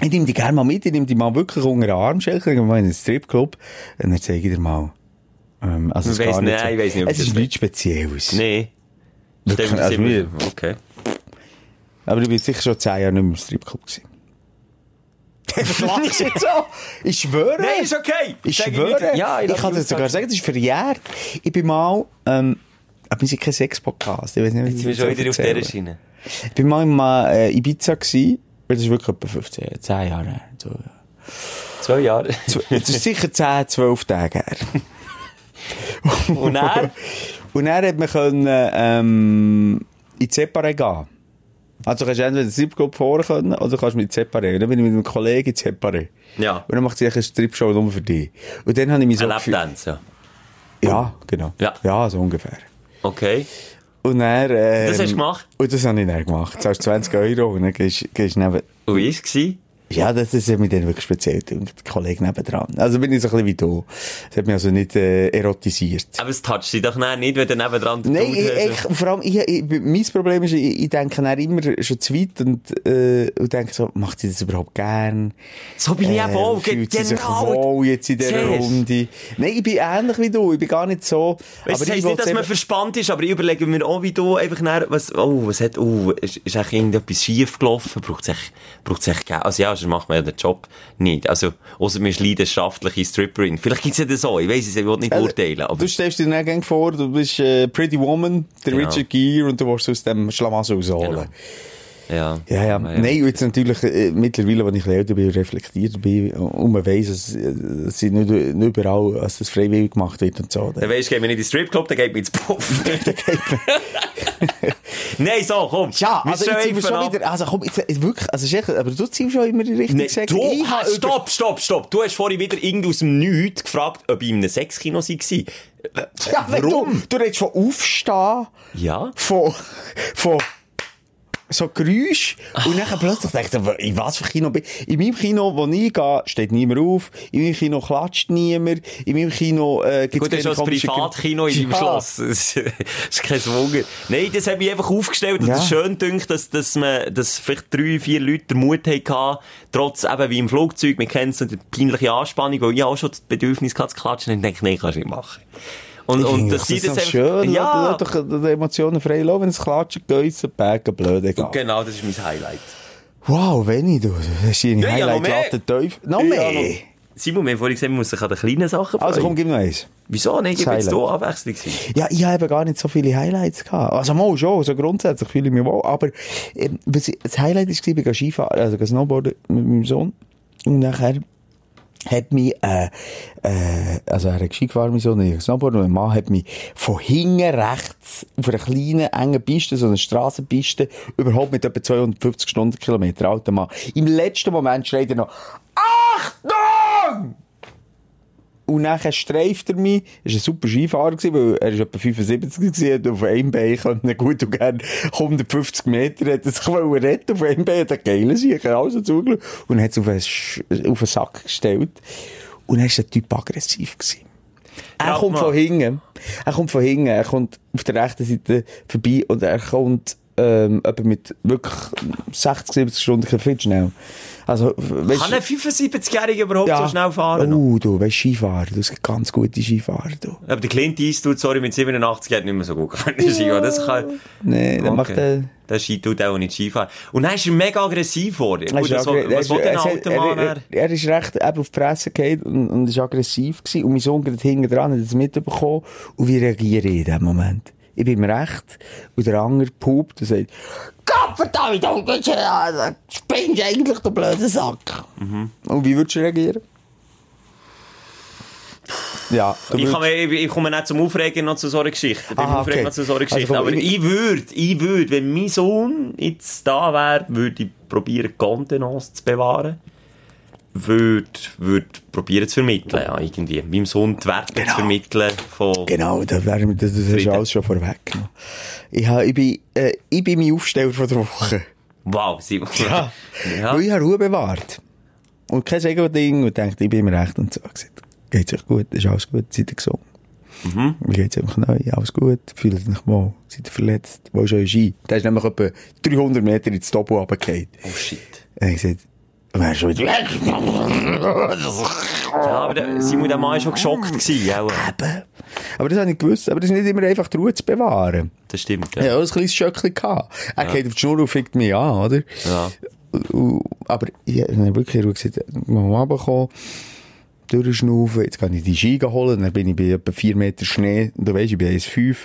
G: ich nehme dich gerne mal mit, ich nehme dich mal wirklich unter den Arm, Scherchi, ich gehe mal in einen Stripclub und dann zeige ich dir mal. Ähm, also
F: Ich
G: es
F: weiss
G: gar nicht
F: nicht,
G: so-
F: ich weiss nicht, ob
G: Es
F: das-
G: ist nichts Spezielles.
F: nee.
G: Wirklich,
F: Dann
G: also
F: sind wir-
G: wir-
F: okay.
G: Aber du bist sicher schon zehn Jahre nicht mehr im Stripclub gewesen. Was lachst du jetzt so? Ich schwöre.
F: Nein, ist okay.
G: Ich
F: Sag ich
G: schwöre.
F: nicht. Ja, ich
G: ich
F: lass
G: kann
F: mich
G: dir sogar
F: aussagen.
G: sagen, das ist verjährt. Ich bin mal, ähm, aber wir sind kein Sex-Podcast. Ich weiß nicht, wie
F: Jetzt bist du
G: das
F: schon wieder auf
G: erzähle.
F: dieser Schiene.
G: Ich bin mal in äh, Ibiza gewesen, weil das ist wirklich etwa 15, 10 Jahre her. So, ja.
F: Zwei Jahre.
G: Zw- Das ist sicher 10, 12 Tage her.
F: Und er?
G: Und dann hat man können, ähm, in die Separé gehen. Also kannst du entweder in den Stripclub fahren können, oder kannst mit Separé. Und dann bin ich mit einem Kollegen in die Separé.
F: Ja.
G: Und dann macht sie eigentlich eine Stripshow nur für dich. Und dann habe ich mich so
F: Ein
G: gefühlt-
F: Lapdance, ja.
G: Ja, genau.
F: Ah, Ja.
G: ja, so ungefähr.
F: Okay.
G: Und dann, ähm,
F: Das hast du gemacht?
G: Und das habe ich dann gemacht. Du zahlst 20 Euro und dann gehst gehst neben...
F: Und wie war's?
G: Ja, das ist mit denen wirklich speziell. Und der Kollege nebendran. Also bin ich so ein bisschen wie du. Das hat mich also nicht äh, erotisiert.
F: Aber es toucht dich doch nachher nicht, wenn du nebendran den
G: Nein,
F: Dude
G: ich, ich,
F: hörst.
G: vor allem, ich, ich, mein Problem ist, ich, ich denke dann immer schon zu weit und, äh, und denke so, macht sie das überhaupt gern?
F: So bin ich
G: Oh,
F: eben auch.
G: fühlt sie sich
F: Genau.
G: wohl jetzt in dieser
F: Siehst.
G: Runde? Nein, ich bin ähnlich wie du, ich bin gar nicht so.
F: Weißt, das
G: ich
F: heisst nicht, dass
G: wollte
F: man
G: eben-
F: verspannt ist, aber ich überlege mir auch, wie du einfach nachher, was, oh, was hat, oh, ist, ist eigentlich irgendetwas schief gelaufen? Braucht es echt, braucht es echt Geld? Also ja, sonst macht man ja den Job nicht. Also, ausser man ist leidenschaftliche Stripperin. Vielleicht gibt's dus ja das auch, ich weiss es, ich will nicht urteilen, aber
G: Du stellst dir dann gerne vor, du bist äh, Pretty Woman, der
F: Genau.
G: Richard Gere und du willst aus dem Schlamassel rausholen.
F: Genau. ja.
G: Ja, ja. Nein, und jetzt natürlich, äh, mittlerweile, wenn ich ein bisschen älter bin, reflektiert bin, äh, und man weiss, dass, äh, dass sie nicht, nicht überall, dass das freiwillig gemacht wird und so.
F: Dann weisst du, geht mir nicht in den Stripclub, dann geht mir ins Puff. Nein, so, komm.
G: Ja,
F: Wir
G: also ich
F: schweifen
G: ziehe mir schon
F: ab.
G: wieder, also komm, jetzt, äh, wirklich, also Schäfer, aber du ziehst schon immer die richtige
F: Nee, Ah,
G: Säcke.
F: du,
G: Ich habe über-
F: stopp, stopp, stopp. Du hast vorhin wieder irgend aus dem Nichts gefragt, ob ich in einem Sexkino war.
G: Ja, wenn
F: Warum?
G: Du, du redest von Aufstehen,
F: Ja.
G: von, von so Geräusch und dann plötzlich denkst du, in was für Kino bin ich? In meinem Kino, wo ich gehe, steht niemand auf, in meinem Kino klatscht niemand, in meinem Kino äh, gibt es
F: Gut, das ist auch ein Privatkino in deinem Schloss. Das ist kein Wunder. Nein, das habe ich einfach aufgestellt und
G: Ja.
F: es schön dünkt, dass, dass man, dass vielleicht drei, vier Leute den Mut hatten, trotz eben wie im Flugzeug, man kennt so die peinliche Anspannung, weil ich auch schon das Bedürfnis hatte zu klatschen und denke, nein, kannst du nicht machen. Und, und dass
G: das
F: sie
G: ist
F: das
G: das
F: einfach,
G: schön,
F: ja.
G: ja. doch die Emotionen frei lassen, wenn es klatscht, geissen, bägen, blöd, egal.
F: Genau, das ist mein Highlight.
G: Wow, wenig, du. Das ist deine
F: Ja, ja, noch mehr.
G: Highlight-Latte tief. Noch mehr.
F: Simon, wir haben vorhin gesagt, man muss sich an den kleinen Sachen
G: Oh, Also komm,
F: freuen.
G: gib noch eins.
F: Wieso? Nein, ich bin jetzt
G: Highlight.
F: hier Abwechslung. gewesen.
G: Ja, ich habe eben gar nicht so viele Highlights gehabt. Also mal schon, so grundsätzlich fühle ich mich wohl. Aber ähm, was ich- das Highlight war, ich gehe Skifahren, also gehe Snowboarden mit meinem Sohn. Und nachher hat mich, äh, äh, also er hat Ski gefahren, mein Sohn, ich habe Snowboarden, und mein Mann hat mich von hinten rechts auf einer kleinen, engen Piste, so einer Strassenpiste, überhaupt mit etwa 250 Stundenkilometer alter Mann. Im letzten Moment schreit er noch, Achtung! Und dann streift er mich. Er war ein super Skifahrer, gewesen, weil er ist etwa 75 gewesen, hat auf einem Bein können, gut und gern 150 Meter hat er sich wollen retten auf einem Bein, hat er geil sein, hat er alles zugeschaut. Und hat es auf einen, Sch- auf einen Sack gestellt. Und dann war der Typ aggressiv. Gewesen. Er
F: Ja,
G: kommt
F: Mann.
G: von hinten. Er kommt von hinten. Er kommt auf der rechten Seite vorbei und er kommt ähm, etwa mit wirklich 60, 70 Stunden viel zu schnell. Also, weißt,
F: Kann ein 75-Jähriger überhaupt so schnell fahren? noch?
G: Oh, du weißt Skifahrer, du bist ganz gute Skifahrer. Du.
F: Aber der Clint Eastwood, sorry, mit 87 hat nicht mehr so gut können Skifahren. Das kann...
G: Nee, dann macht er.
F: Der Ski tut auch nicht Skifahren. Und dann ist er mega aggressiv geworden.
G: Er
F: Gut,
G: ist
F: das-
G: aggre- er
F: Was
G: ist-
F: will denn ein
G: es hat-
F: alter
G: er-
F: Mann?
G: er-
F: Er,
G: Er ist recht eben auf die Fresse gefallen und, und ist aggressiv gewesen. Und mein Sohn gerade hinten dran hat es mitbekommen. Und wie reagiere ich in dem Moment? Ich bin im Recht. Und der andere pupt und sagt, Gott
F: Mhm.
G: verdammt, du bist ja- also, spinnst eigentlich, du blöder Sack. Und wie würdest du reagieren? Ja, du
F: Ich,
G: würdest-
F: kann mir, ich, ich komme nicht zum Aufregen noch zu so einer Geschichte. Beim
G: Aha,
F: Aufregen
G: okay.
F: noch zu so einer
G: Also,
F: Geschichte.
G: komm,
F: Aber
G: ich-
F: ich würde, ich würde, wenn mein Sohn jetzt da wäre, würde ich probieren, Kontenance zu bewahren. Würde, würde probieren zu vermitteln, ja, irgendwie. Meinem Sohn die Werte zu vermitteln von...
G: Genau, da wäre mir, das, das hast
F: Frieden.
G: du alles schon vorweg. Ich, ha, ich, bin, äh, ich bin mein Aufsteller von der Woche.
F: Wow, Simon.
G: Ja.
F: Ja.
G: Weil ich habe Ruhe bewahrt. Und kein Ego-Ding und denkt, ich bin mir recht und so. Gesagt, Geht's euch gut, ist alles gut, seid ihr gesund. Mhm. Wie geht's euch neu, alles gut, fühlt euch wohl, seid ihr verletzt, wo ist euer Ski? Der ist nämlich etwa 300 Meter ins Topo runtergefallen.
F: Oh shit.
G: Und ich gesagt, wär schon wieder weg.
F: Ja, aber der, Simon, der Mann war schon geschockt. Gewesen, auch.
G: Mm. Eben. Aber das habe ich gewusst, aber das ist nicht immer einfach, die Ruhe zu bewahren.
F: Das stimmt,
G: Ja,
F: ja.
G: auch ein kleines Schöckchen gehabt. Er geht auf die Schnur und fickt mich an, oder?
F: Ja.
G: U- Aber ich habe wirklich ruhig gesagt, mal runterkommen, durchschnaufen, jetzt kann ich die Ski holen, dann bin ich bei etwa 4 Meter Schnee, du weißt, ich bin 1,5,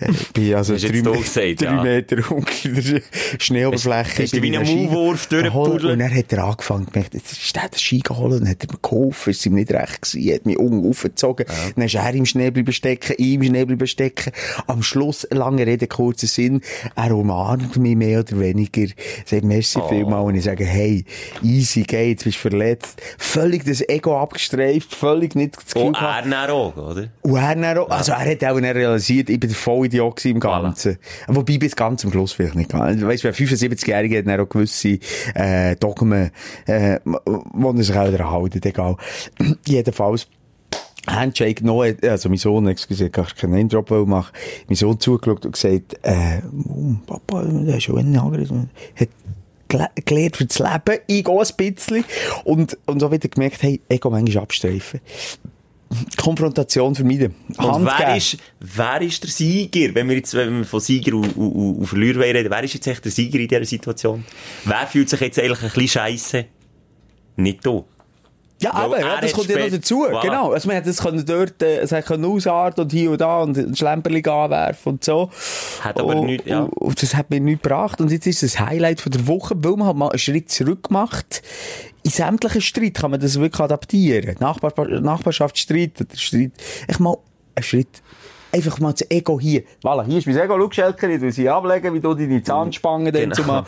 G: äh, bin also
F: Hast du
G: 3,
F: jetzt
G: Me
F: du gesagt,
G: drei
F: ja.
G: Meter Dus, eh, unter der Schneeoberfläche.
F: Hast- hast du
G: bin
F: wie
G: ich
F: einen
G: Ski
F: Maulwurf
G: geholt
F: durchgepudelt?
G: Und dann hat er angefangen, gemerkt, jetzt ist der den Ski geholt und hat er mir geholfen, es war ihm nicht recht gewesen, hat mich unten aufgezogen, dann ist er im Schnee bleiben stecken, ich im Schnee bleiben stecken, am Schluss, lange Rede, kurzer Sinn, er umarmt mich mehr oder weniger, sagt merci
F: Oh.
G: vielmal und ich sage, hey, easy geht's, bist verletzt, völlig das Ego abgestreift, völlig nicht das
F: Und
G: gehabt-
F: Oh, er dann auch, oder?
G: und er dann auch, also er hat auch dann realisiert, ich bin der Vollidiot gewesen im Ganzen. Wobei bis ganz am Schluss vielleicht nicht. Weißt du, 75-Jährige hat dann auch gewisse, äh, Dogmen, äh, wo er sich auch daran haltet, egal. Jedenfalls. Handshake noch, hat- also mein Sohn, excuse, ich keinen Name-Drop wollen machen, mein Sohn zugeschaut und gesagt, äh, oh, Papa, der ist schon ein Angriff, hat gele- gelernt für das Leben, ich gehe ein bisschen, und, und so wieder gemerkt, hey, ich gehe manchmal abstreifen. Konfrontation vermeiden.
F: Und
G: Hand
F: wer
G: geben.
F: ist, wer ist der Sieger? Wenn wir jetzt wenn wir von Sieger und, und, und Verlierer reden, wer ist jetzt echt der Sieger in dieser Situation? Wer fühlt sich jetzt eigentlich ein bisschen scheiße? Nicht du.
G: Ja,
F: Weil
G: aber,
F: er
G: ja, das
F: hat
G: kommt ja noch
F: spät-
G: dazu.
F: Voilà.
G: Genau. Also, man hätte es können dort, äh, es hätte können ausarten und hier und da und ein Schlemperli anwerfen und so.
F: Hat aber
G: und,
F: nichts, ja.
G: Und, und das hat mir nichts gebracht. Und jetzt ist das Highlight von der Woche, weil man hat mal einen Schritt zurück gemacht. In sämtlichen Streit kann man das wirklich adaptieren. Nachbar Nachbarschaftsstreit, oder Streit. Ich mal einen Schritt. Einfach mal das Ego hier. Voilà, hier ist mein Ego. Schau, Schelker, ich will sie ablegen, wie du deine Zahnspange dann
F: Genau.
G: zumal.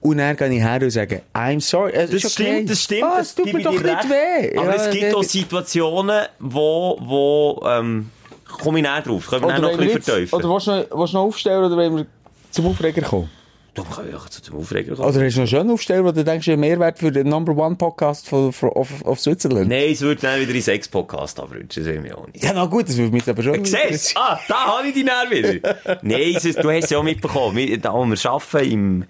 G: Und dann gehe ich her und sage, I'm sorry. äh, Es
F: Das
G: ist okay.
F: stimmt, das stimmt.
G: Ah,
F: das
G: es tut
F: gebe
G: mir
F: ich dir
G: doch nicht
F: recht.
G: weh.
F: Aber
G: Ja,
F: es gibt
G: der-
F: auch Situationen, wo, wo, ähm, komme ich näher drauf. Können wir
G: Oder
F: dann noch ein
G: wollen wir
F: bisschen
G: jetzt-
F: vertiefen?
G: Oder willst du, noch, willst du noch aufstellen oder wollen wir zum Aufreger kommen?
F: Du kannst ja zu dem Aufreger kommen.
G: Oder hast du noch schön aufstellen, wo du denkst, ein Mehrwert für den Number One Podcast von, von, of, of Switzerland?
F: Nein, es würde dann wieder in Sex-Podcast abrutschen. Das will wir auch nicht.
G: Ja, nou dus na gut, das würde mich aber schon.
F: Siehst du? Ah, da habe ich dich dann wieder. Nein, es ist- du hast es ja auch mitbekommen. Wir, da, wo wir arbeiten im,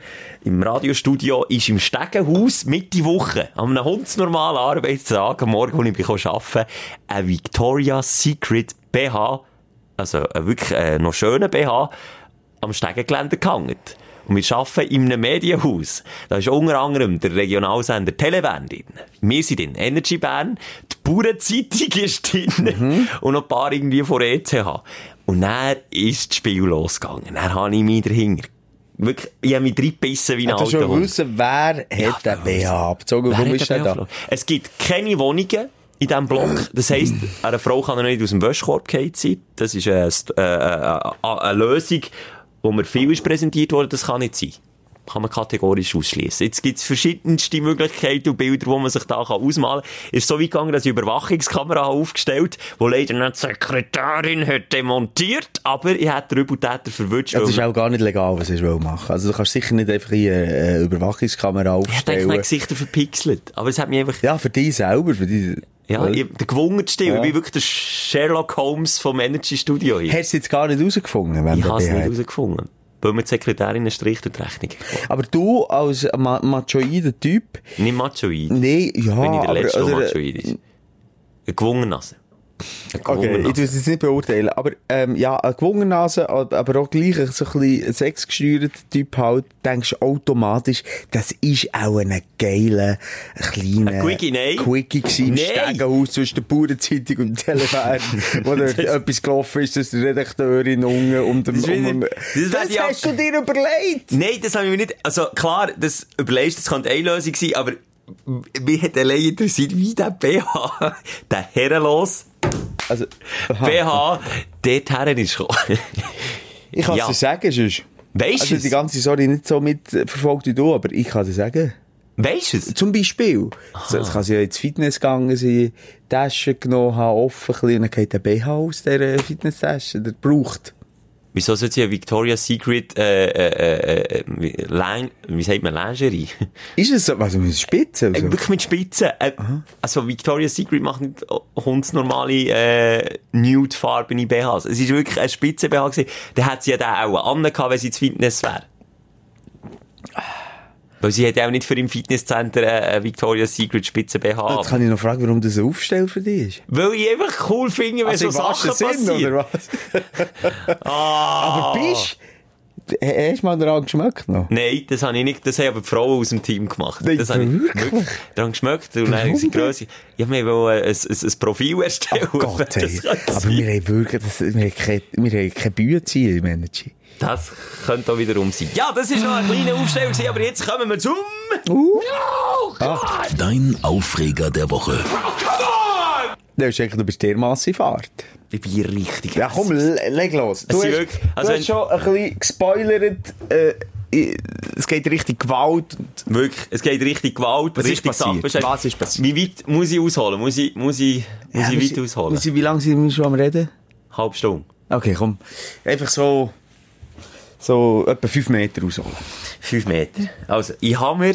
F: im Radiostudio, ist im Stegenhaus Mitte Woche, an einem hundsnormalen Arbeitstag, am Morgen, als ich bin gekommen arbeiten, ein Victoria's Secret BH, also ein wirklich äh, noch schöner BH, am Stegengelände gehangen. Und wir arbeiten in einem Medienhaus. Da ist unter anderem der Regionalsender Teleband drin. Wir sind in Energy Bern, die Bauernzeitung ist drin und noch ein paar irgendwie von der ECH. Und dann ist das Spiel losgegangen. Dann habe ich mich dahinter. Wirklich, ich habe mich reingebissen wie ein
G: Ich wollte
F: alter
G: schon
F: Hund.
G: wissen, wer hat den BH abgezogen
F: Wer
G: und warum
F: hat
G: ist
F: den
G: er da?
F: Bärfloh? Es gibt keine Wohnungen in diesem Block. Das heisst, eine Frau kann noch nicht aus dem Wäschkorb geholt sein. Das ist eine, St- äh, äh, äh, eine Lösung, wo mir viel ist präsentiert worden. Das kann nicht sein. Kann man kategorisch ausschließen. Jetzt gibt es verschiedenste Möglichkeiten und Bilder, wo man sich da kann ausmalen kann. Ist so weit gegangen, dass ich eine Überwachungskamera habe aufgestellt habe, die leider nicht die Sekretärin hat demontiert, aber ich hätte den Übeltäter verwünscht.
G: Das ist auch gar nicht legal, was er will machen. Also, du kannst sicher nicht einfach hier eh, eine Überwachungskamera
F: ich denke, mein
G: aufstellen.
F: Gesicht verpixelt. Aber es hat mich einfach
G: Ja, für dich selber. Für dich.
F: Ja,
G: Weil-
F: ich, der gewungenste,
G: Ja.
F: ich bin wirklich der Sherlock Holmes vom Energy Studio hier.
G: Hast du jetzt gar nicht herausgefunden, wenn
F: ich
G: der
F: habe es
G: BH
F: nicht
G: hat?
F: herausgefunden. Weil mir die Sekretärin einen Strich durch die Rechnung.
G: Aber du, als ma machoider Typ,
F: Nicht machoid.
G: nee, ja,
F: Bin ich der
G: aber,
F: Letzte, also der
G: oder-
F: machoid ist. Ein Gewungennase. Ein
G: Okay, ich
F: Gewungennase.
G: will es nicht beurteilen, aber ähm, ja, eine gewungene Nase, aber auch gleich ein so ein bisschen sexgesteuerter Typ halt, denkst du automatisch, das ist auch ein geiler, kleiner...
F: Ein Quickie, nein.
G: Quickie gewesen im
F: Nein.
G: Stegenhaus zwischen der Bauernzeitung und dem Telefon, wo dort etwas gelaufen ist, dass die Redakteurin unten um dem...
F: Das ist wieder-
G: um, dem-
F: das wär
G: das
F: die Ab-
G: hast du dir überlegt!
F: Nein, das habe ich mir nicht, also klar, das überlegst, das könnte eine Lösung sein, aber mich hat allein interessiert, wie der BH, der herrenlos
G: Also,
F: BH, dorthin ist gekommen.
G: ich kann es
F: Ja.
G: dir sagen, sonst.
F: Weisst
G: Also
F: du
G: die
F: es?
G: ganze Story nicht so mitverfolgt wie du, aber ich kann es dir sagen.
F: Weisst du es?
G: Zum Beispiel, so, es kann sie ja ins Fitness gegangen sein, Taschen genommen haben, offen, ein bisschen, und dann geht der BH aus dieser Fitness-Tasche, der braucht.
F: Wieso sollte sie ein Victoria's Secret, äh, äh, äh, äh, wie- Lang- wie sagt man, Lingerie?
G: Ist es so, also mit Spitze oder
F: Äh,
G: so?
F: Wirklich mit Spitzen. Äh, also Victoria's Secret macht nicht hundsnormale äh, nude-farbene BHs. Es ist wirklich ein Spitzen-BH gewesen. Dann hat sie ja den auch angehabt, wenn sie ins Fitness wäre. Weil sie hat ja auch nicht für im Fitnesscenter äh, ein Victoria's Secret Spitzen-BH.
G: Jetzt kann ich noch fragen, warum das ein Aufstell für dich ist.
F: Weil ich einfach cool finde, wenn so
G: Also im wahrsten
F: Sachen passieren. Ah.
G: oder was? Aber bist du, hast du mal daran geschmeckt noch?
F: Nein, das habe ich nicht. Das haben aber die Frauen aus dem Team gemacht.
G: Nein,
F: das habe ich
G: wirklich?
F: daran geschmeckt. Und dann sind Grösse. Ich habe mir wohl ein, ein, ein Profil erstellen.
G: Gott, ey.
F: das, könnte
G: Aber
F: sein.
G: wir haben wirklich, das, wir haben keine, wir haben keine Bühnenziele im Energy.
F: das könnte auch wiederum sein. Ja, das war noch ein kleiner Aufsteller, gewesen, aber jetzt kommen wir zum...
A: Dein Aufreger der Woche.
G: Du hast eigentlich, du bist dermassen in Fahrt.
F: Ich bin richtig
G: Ja, komm, le- leg los. Du
F: Es
G: hast,
F: sind wirklich- also
G: du eh,
F: wenn-
G: hast schon ein bisschen gespoilert, äh, i- es geht richtig Gewalt. und-
F: Wirklich, es geht richtig Gewalt.
G: Was ist
F: richtig
G: passiert?
F: Sachbeschädigung.
G: Was ist passiert?
F: Wie weit muss ich ausholen? Muss ich, muss ich, muss
G: Ja,
F: ich
G: wir
F: weit
G: sind-
F: ausholen?
G: wir sind- Wie lange sind wir schon am Reden?
F: Halb Stunde.
G: Okay, komm. Einfach so, so etwa 5 Meter rausholen.
F: Fünf Meter. Also, ich habe mir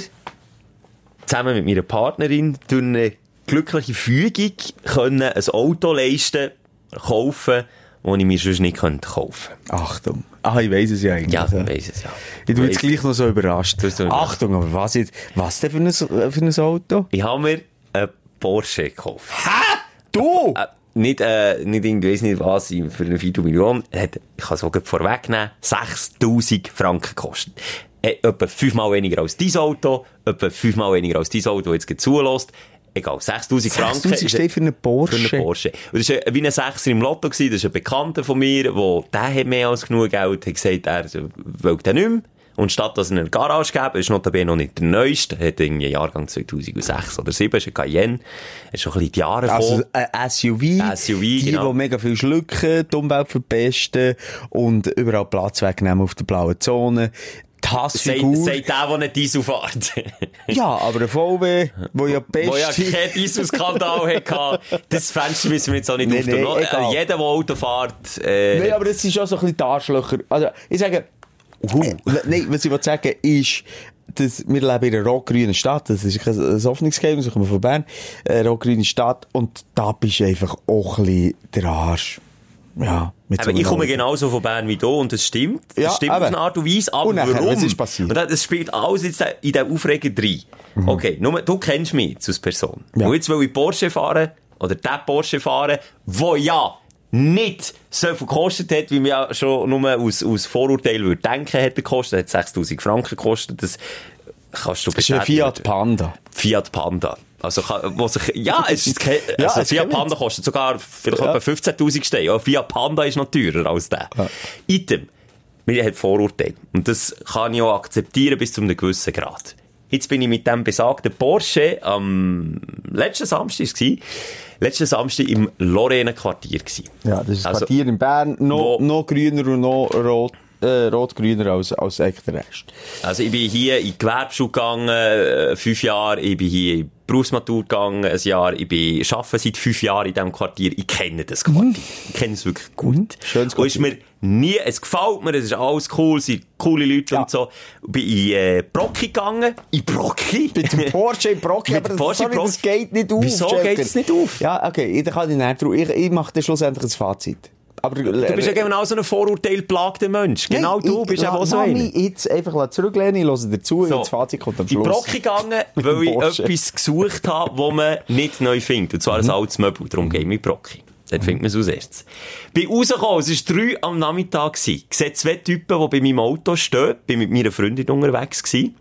F: zusammen mit meiner Partnerin durch eine glückliche Fügung können ein Auto leisten, kaufen, das ich mir sonst nicht könnte kaufen
G: Achtung. Ah, ich weiss es ja eigentlich.
F: Ja,
G: ja.
F: ich weiss es ja.
G: Ich tu jetzt
F: Weiss-
G: gleich noch so überrascht.
F: Tust du nicht.
G: Achtung, aber was jetzt? Was denn für ein, für ein Auto?
F: Ich habe mir einen eh, Porsche gekauft.
G: Du!
F: Äh, nicht, äh, nicht irgendwie, weiss nicht was, für eine Viertelmillion. Hat, ich kann es auch gleich vorwegnehmen, 6000 Franken gekostet. Äh, etwa fünfmal weniger als dein Auto, etwa fünfmal weniger als dein Auto, das jetzt gerade zulässt. Egal, 6000 Franken.
G: 6000
F: ist-
G: steht für einen Porsche.
F: Für einen Porsche. Und das war äh, wie ein Sechser im Lotto. Gewesen. Das ist ein Bekannter von mir, wo, der hat mehr als genug Geld, hat gesagt, er will den nicht mehr. Und statt dass er eine Garage gäbe, ist notabene noch nicht der Neueste, hat irgendwie Jahrgang 2006 oder 2007, ist ein Cayenne, ist schon ein bisschen die Jahre
G: Also äh,
F: gekommen.
G: ein SUV,
F: SUV,
G: die,
F: genau.
G: die mega viel schlucken, die Umwelt verpesten und überall Platz wegnehmen auf der blauen Zone. Die
F: Sagt,
G: Hassfigur.
F: sagt der, der nicht Diesel fährt.
G: Ja, aber ein VW, wo ja
F: Wo ja
G: beste...
F: keinen Dieselskandal hatte. Das Fenster müssen wir jetzt auch nicht
G: Nee,
F: öffnen.
G: nee,
F: Äh,
G: egal.
F: Jeder, der Auto fährt, äh,
G: Nein, aber das sind schon so ein bisschen die Arschlöcher. Also, ich sage... Äh, Nein, was ich will sagen ist, dass wir leben in einer rot-grünen Stadt. Das ist kein ein Hoffnungsgame, so kommen wir von Bern. Eine rot-grüne Stadt. Und da bist du einfach auch ein bisschen der Arsch. Ja, mit
F: Aber
G: so
F: ich komme
G: einem Auto.
F: genauso von Bern wie du und das stimmt. Das
G: Ja,
F: stimmt
G: eben.
F: auf eine Art und Weise, aber
G: Und nachher,
F: warum?
G: was ist passiert? Mhm.
F: Und das- das spielt alles jetzt in diesen Aufreger rein. Okay, nur, du kennst mich jetzt als Person.
G: Ja.
F: Und jetzt will ich Porsche fahren, oder den Porsche fahren, wo ja nicht so viel gekostet hat, wie man ja schon nur aus, aus Vorurteil würde denken, hat er gekostet. Hat 6000 Franken gekostet. Das kannst du
G: Das ist ein
F: bestätigen.
G: Fiat Panda.
F: Fiat Panda. Also, kann- wo sich, ja, es ist, ke-
G: Ja,
F: also,
G: es
F: Fiat
G: kennt.
F: Panda kostet sogar vielleicht
G: Ja.
F: etwa 15.000 Steine. Ja, Fiat Panda ist noch teurer als der. Item. Mir hat Vorurteile. Und das kann ich auch akzeptieren bis zu einem gewissen Grad. Jetzt bin ich mit dem besagten Porsche am letzten Samstag, war es, letzten Samstag im Lorena-Quartier. gewesen.
G: Ja, dus das ist ein
F: Also-
G: Quartier in Bern.
F: Wo-
G: Noch, noch grüner und noch rot, äh, rot-grüner als, als eigentlich der Rest.
F: Also ich bin hier in die Gewerbeschule gegangen, äh, fünf Jahre, ich bin hier in die Berufsmatur gegangen, ein Jahr, ich bin, arbeite seit fünf Jahren in diesem Quartier, ich kenne das Quartier, ich kenne es wirklich gut.
G: Mhm. Schönes
F: Und ist mir nie, es gefällt mir, es ist alles cool, es sind coole Leute
G: Ja.
F: und so. Bin in äh, Brocki gegangen, in Brocki.
G: Mit dem Porsche im Brocki,
F: Mit
G: aber das,
F: Porsche im
G: sorry, das geht nicht auf.
F: Wieso
G: Jacker.
F: geht's nicht auf?
G: Ja, okay, ich kann ich näher drauf. Ich, ich mache dann schlussendlich ein Fazit. Aber, äh,
F: Du bist ja genau so ein vorurteilplagter Mensch. Genau du bist ja auch so
G: Ich
F: einer.
G: lass mich jetzt einfach lass zurücklehnen, ich höre dir zu, und das Fazit kommt am
F: In
G: Schluss.
F: die Brocke gegangen, weil
G: dem
F: ich
G: Porsche.
F: etwas gesucht habe, das man nicht neu findet. Und zwar ein
G: Mhm.
F: altes Möbel. Darum gehe ich in die Brocke. Dort findet man es als erstes. Bin rausgekommen, es war drei am Nachmittag. gewesen. Ich sehe zwei Typen, die bei meinem Auto stehen. Bin mit meiner Freundin unterwegs. gewesen.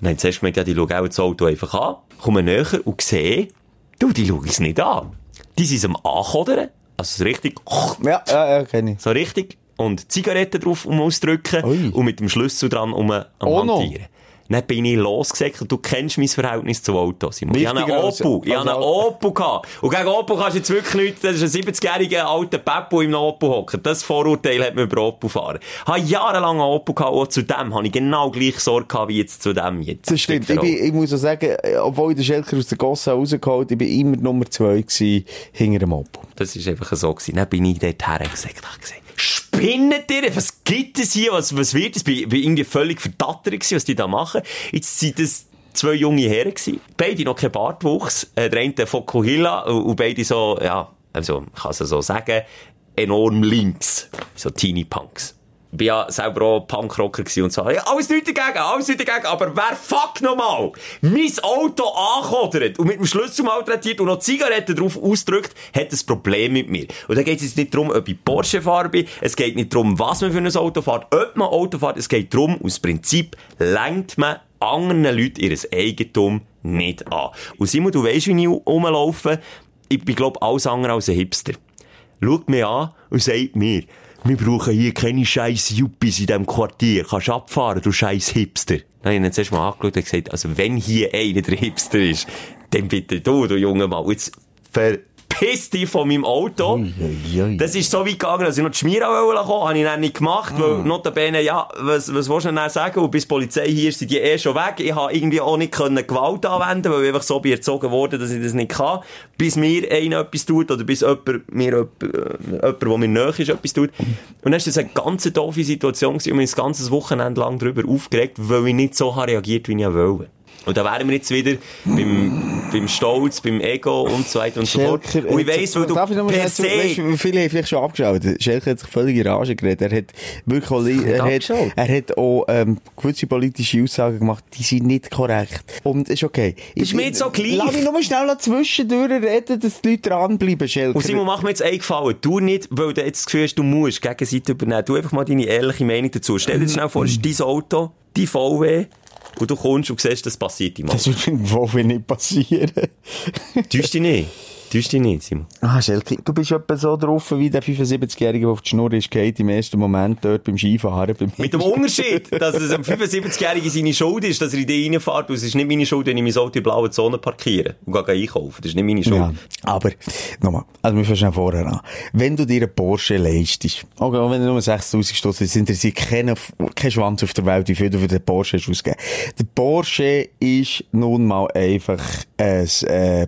F: Dann haben sie zuerst gemerkt, ja, die schauen auch das Auto einfach an. Kommen näher und sehe, du, die schauen es nicht an. Die sind es am Ankodern. Also so richtig...
G: Ja, ja, ja, kenne ich.
F: So richtig. Und Zigaretten drauf um ausdrücken
G: Ui.
F: und mit dem Schlüssel dran um am
G: Oh no.
F: Hantieren. Dann bin ich losgesäckelt. Du kennst mein Verhältnis zu Autos. Simon. Ich habe einen
G: Wichtiger als- Also-
F: Opel. Ich
G: als
F: habe einen
G: Auto.
F: Opel gehabt. Und gegen Opel kannst du jetzt wirklich nicht, das ist ein 70-jähriger alter Peppo im Opel hocken. Das Vorurteil hat man über Opel fahren. Ich habe jahrelang einen Opel gehabt. Und auch zu dem habe ich genau gleich Sorge gehabt, wie jetzt zu dem jetzt.
G: Das stimmt. Ich, bin, ich muss auch sagen, äh, obwohl ich den Schelker aus der Gosse rausgeholt habe, ich war immer Nummer zwei gewesen, hinter dem Opel.
F: Das ist einfach so gewesen. Dann bin ich dort hergesägt, habe gesagt, spinnet ihr? Was gibt es hier? Was, was wird es? Ich war irgendwie völlig verdattert gewesen, was die da machen. Jetzt sind das zwei junge Herren gewesen. Beide noch kein Bartwuchs. Äh, Der eine Fokuhila und und beide so, ja, also, ich kann es so sagen, enorm links. So Teenie Punks. Ich bin ja selber auch Punkrocker gewesen und so. Ja, alles nichts dagegen, alles nichts dagegen. Aber wer fuck nochmal mein Auto ankodert und mit dem Schlüssel malträtiert und noch Zigaretten drauf ausdrückt, hat ein Problem mit mir. Und da geht es jetzt nicht darum, ob ich Porsche fahre bin. Es geht nicht darum, was man für ein Auto fährt, ob man Auto fährt. Es geht darum, aus Prinzip lenkt man anderen Leuten ihr Eigentum nicht an. Und Simon, du weißt, wie ich rumlaufe. Ich bin, glaube alles andere als ein Hipster schaut mich an und sagt mir, wir brauchen hier keine scheiß Juppies in diesem Quartier. Kannst abfahren, du scheiß Hipster. Dann hab ich ihn zuerst mal angeschaut und gesagt, also wenn hier einer der Hipster ist, dann bitte du, du junge Mann. Jetzt verpiss dich von meinem Auto. Das ist so weit gegangen, dass ich noch die Schmierau kommen wollte, habe ich dann nicht gemacht,
G: Ah.
F: weil notabene, ja, was, was willst du denn dann sagen? Und bis die Polizei hier ist, sind die eh schon weg. Ich habe irgendwie auch nicht können Gewalt anwenden, weil ich einfach so bin erzogen worden, dass ich das nicht kann. Bis mir einer etwas tut oder bis jemand, mir, jemand, äh, jemand, der mir näher ist, etwas tut. Und dann ist das eine ganz doofe Situation gewesen und mich das ganze Wochenende lang darüber aufgeregt, weil ich nicht so habe reagiert, wie ich wollte. Und da wären wir jetzt wieder beim, beim Stolz, beim Ego und so weiter und so fort.
G: Schelker,
F: Und ich
G: äh,
F: weiss, weil du
G: darf ich noch mal
F: per
G: schnell zu- weisst
F: se...
G: du, wie viele haben vielleicht schon abgeschaltet. Schelker hat sich völlig in Rage geredet. Er hat wirklich auch, er hat,
F: abgeschaltet?
G: er hat auch ähm, gewisse politische Aussagen gemacht, die sind nicht korrekt. Und ist okay.
F: Ist mir jetzt so gleich.
G: Lass mich nur schnell zwischendurch reden, dass die Leute dranbleiben, Schelker.
F: Und Simon, mach mir jetzt einen Gefallen. Du nicht, weil du jetzt das Gefühl hast, du musst die Gegenseite übernehmen. Du einfach mal deine ehrliche Meinung dazu. Stell dir jetzt schnell vor, es ist dein Auto, dein VW, und du kommst und siehst, das passiert im Auto.
G: das wird im Wohl nicht passieren.
F: Täusch dich nicht. Täusch dich nicht, Simon.
G: Ah, Schelke, du bist etwa so drauf wie der 75-Jährige, der auf die Schnur ist, geht im ersten Moment dort beim Skifahren. Beim
F: Mit dem Unterschied, dass es einem 75-Jährigen seine Schuld ist, dass er in die reinfährt. Und es ist nicht meine Schuld, wenn ich mein Auto in blauen Zonen parkiere und gehe einkaufen. Das ist nicht meine Schuld.
G: Ja, aber, nochmal, also wir fangen schnell vorher an. Wenn du dir einen Porsche leistest, okay, auch wenn er nur 6000 Stutz ist, sind dir kein, kein Schwanz auf der Welt, wie viel du für den Porsche hast ausgegeben. Der Porsche ist nun mal einfach ein äh,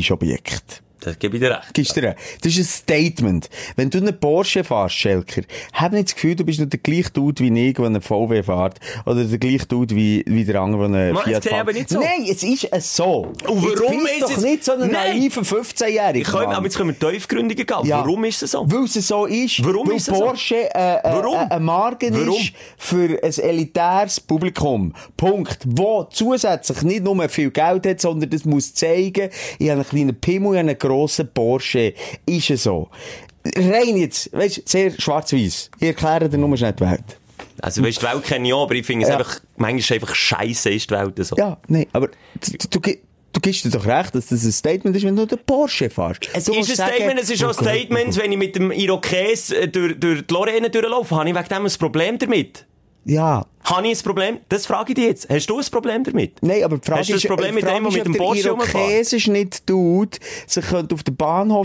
G: Prestigeobjekt.
F: Das gebe ich dir recht.
G: Gibst du dir- Das ist ein Statement. Wenn du einen Porsche fährst, Schelker, hab nicht das Gefühl, du bist nicht der gleiche Dude wie ich, der einen VW fährt. Oder der gleiche Dude wie, wie der andere, der einen
F: Mann, das
G: Fiat
F: sehe ich
G: fährt.
F: aber nicht so.
G: Nein, es ist es so.
F: Und
G: Jetzt
F: warum
G: bist
F: ist
G: doch
F: es-
G: nicht so ein
F: Nein.
G: naiver 15-Jähriger?
F: Ich könnte,
G: Mann.
F: aber jetzt können wir tiefgründiger gehen.
G: Ja.
F: Warum ist es so?
G: Weil es so ist.
F: Warum
G: Weil
F: ist es so?
G: Porsche äh, äh,
F: Warum?
G: äh, ein Marken
F: Warum?
G: ist für ein elitäres Publikum. Punkt. Wo zusätzlich nicht nur viel Geld hat, sondern das muss zeigen, ich habe einen kleinen Pimmel, ich habe einen grossen Porsche. Ist es so. Rein jetzt, weißt du, sehr schwarz-weiß. Ich erkläre dir nur schnell die Welt.
F: Also, weißt, die Welt kenne ich auch, aber ich finde es
G: Ja.
F: einfach, manchmal ist einfach scheiße, ist die Welt so.
G: Ja, nein, aber du, du, du, du gibst dir doch recht, dass das ein Statement ist, wenn du den Porsche fährst.
F: Es
G: du
F: ist
G: musst
F: ein
G: sagen-
F: Statement, es ist auch ein Statement, wenn ich mit dem Irokes äh, durch, durch die Lorraine durchlaufe, habe ich wegen dem ein Problem damit?
G: Ja,
F: Habe ich ein Problem? Das frage ich dich jetzt. Hast du ein Problem damit?
G: Nein, aber die Frage
F: Hast du das
G: ist,
F: Problem
G: die
F: mit
G: Frage
F: dem, der
G: ist,
F: mit
G: ob
F: dem Porsche
G: Der
F: rumfährt?
G: Irokesisch nicht tut, sie könnte auf der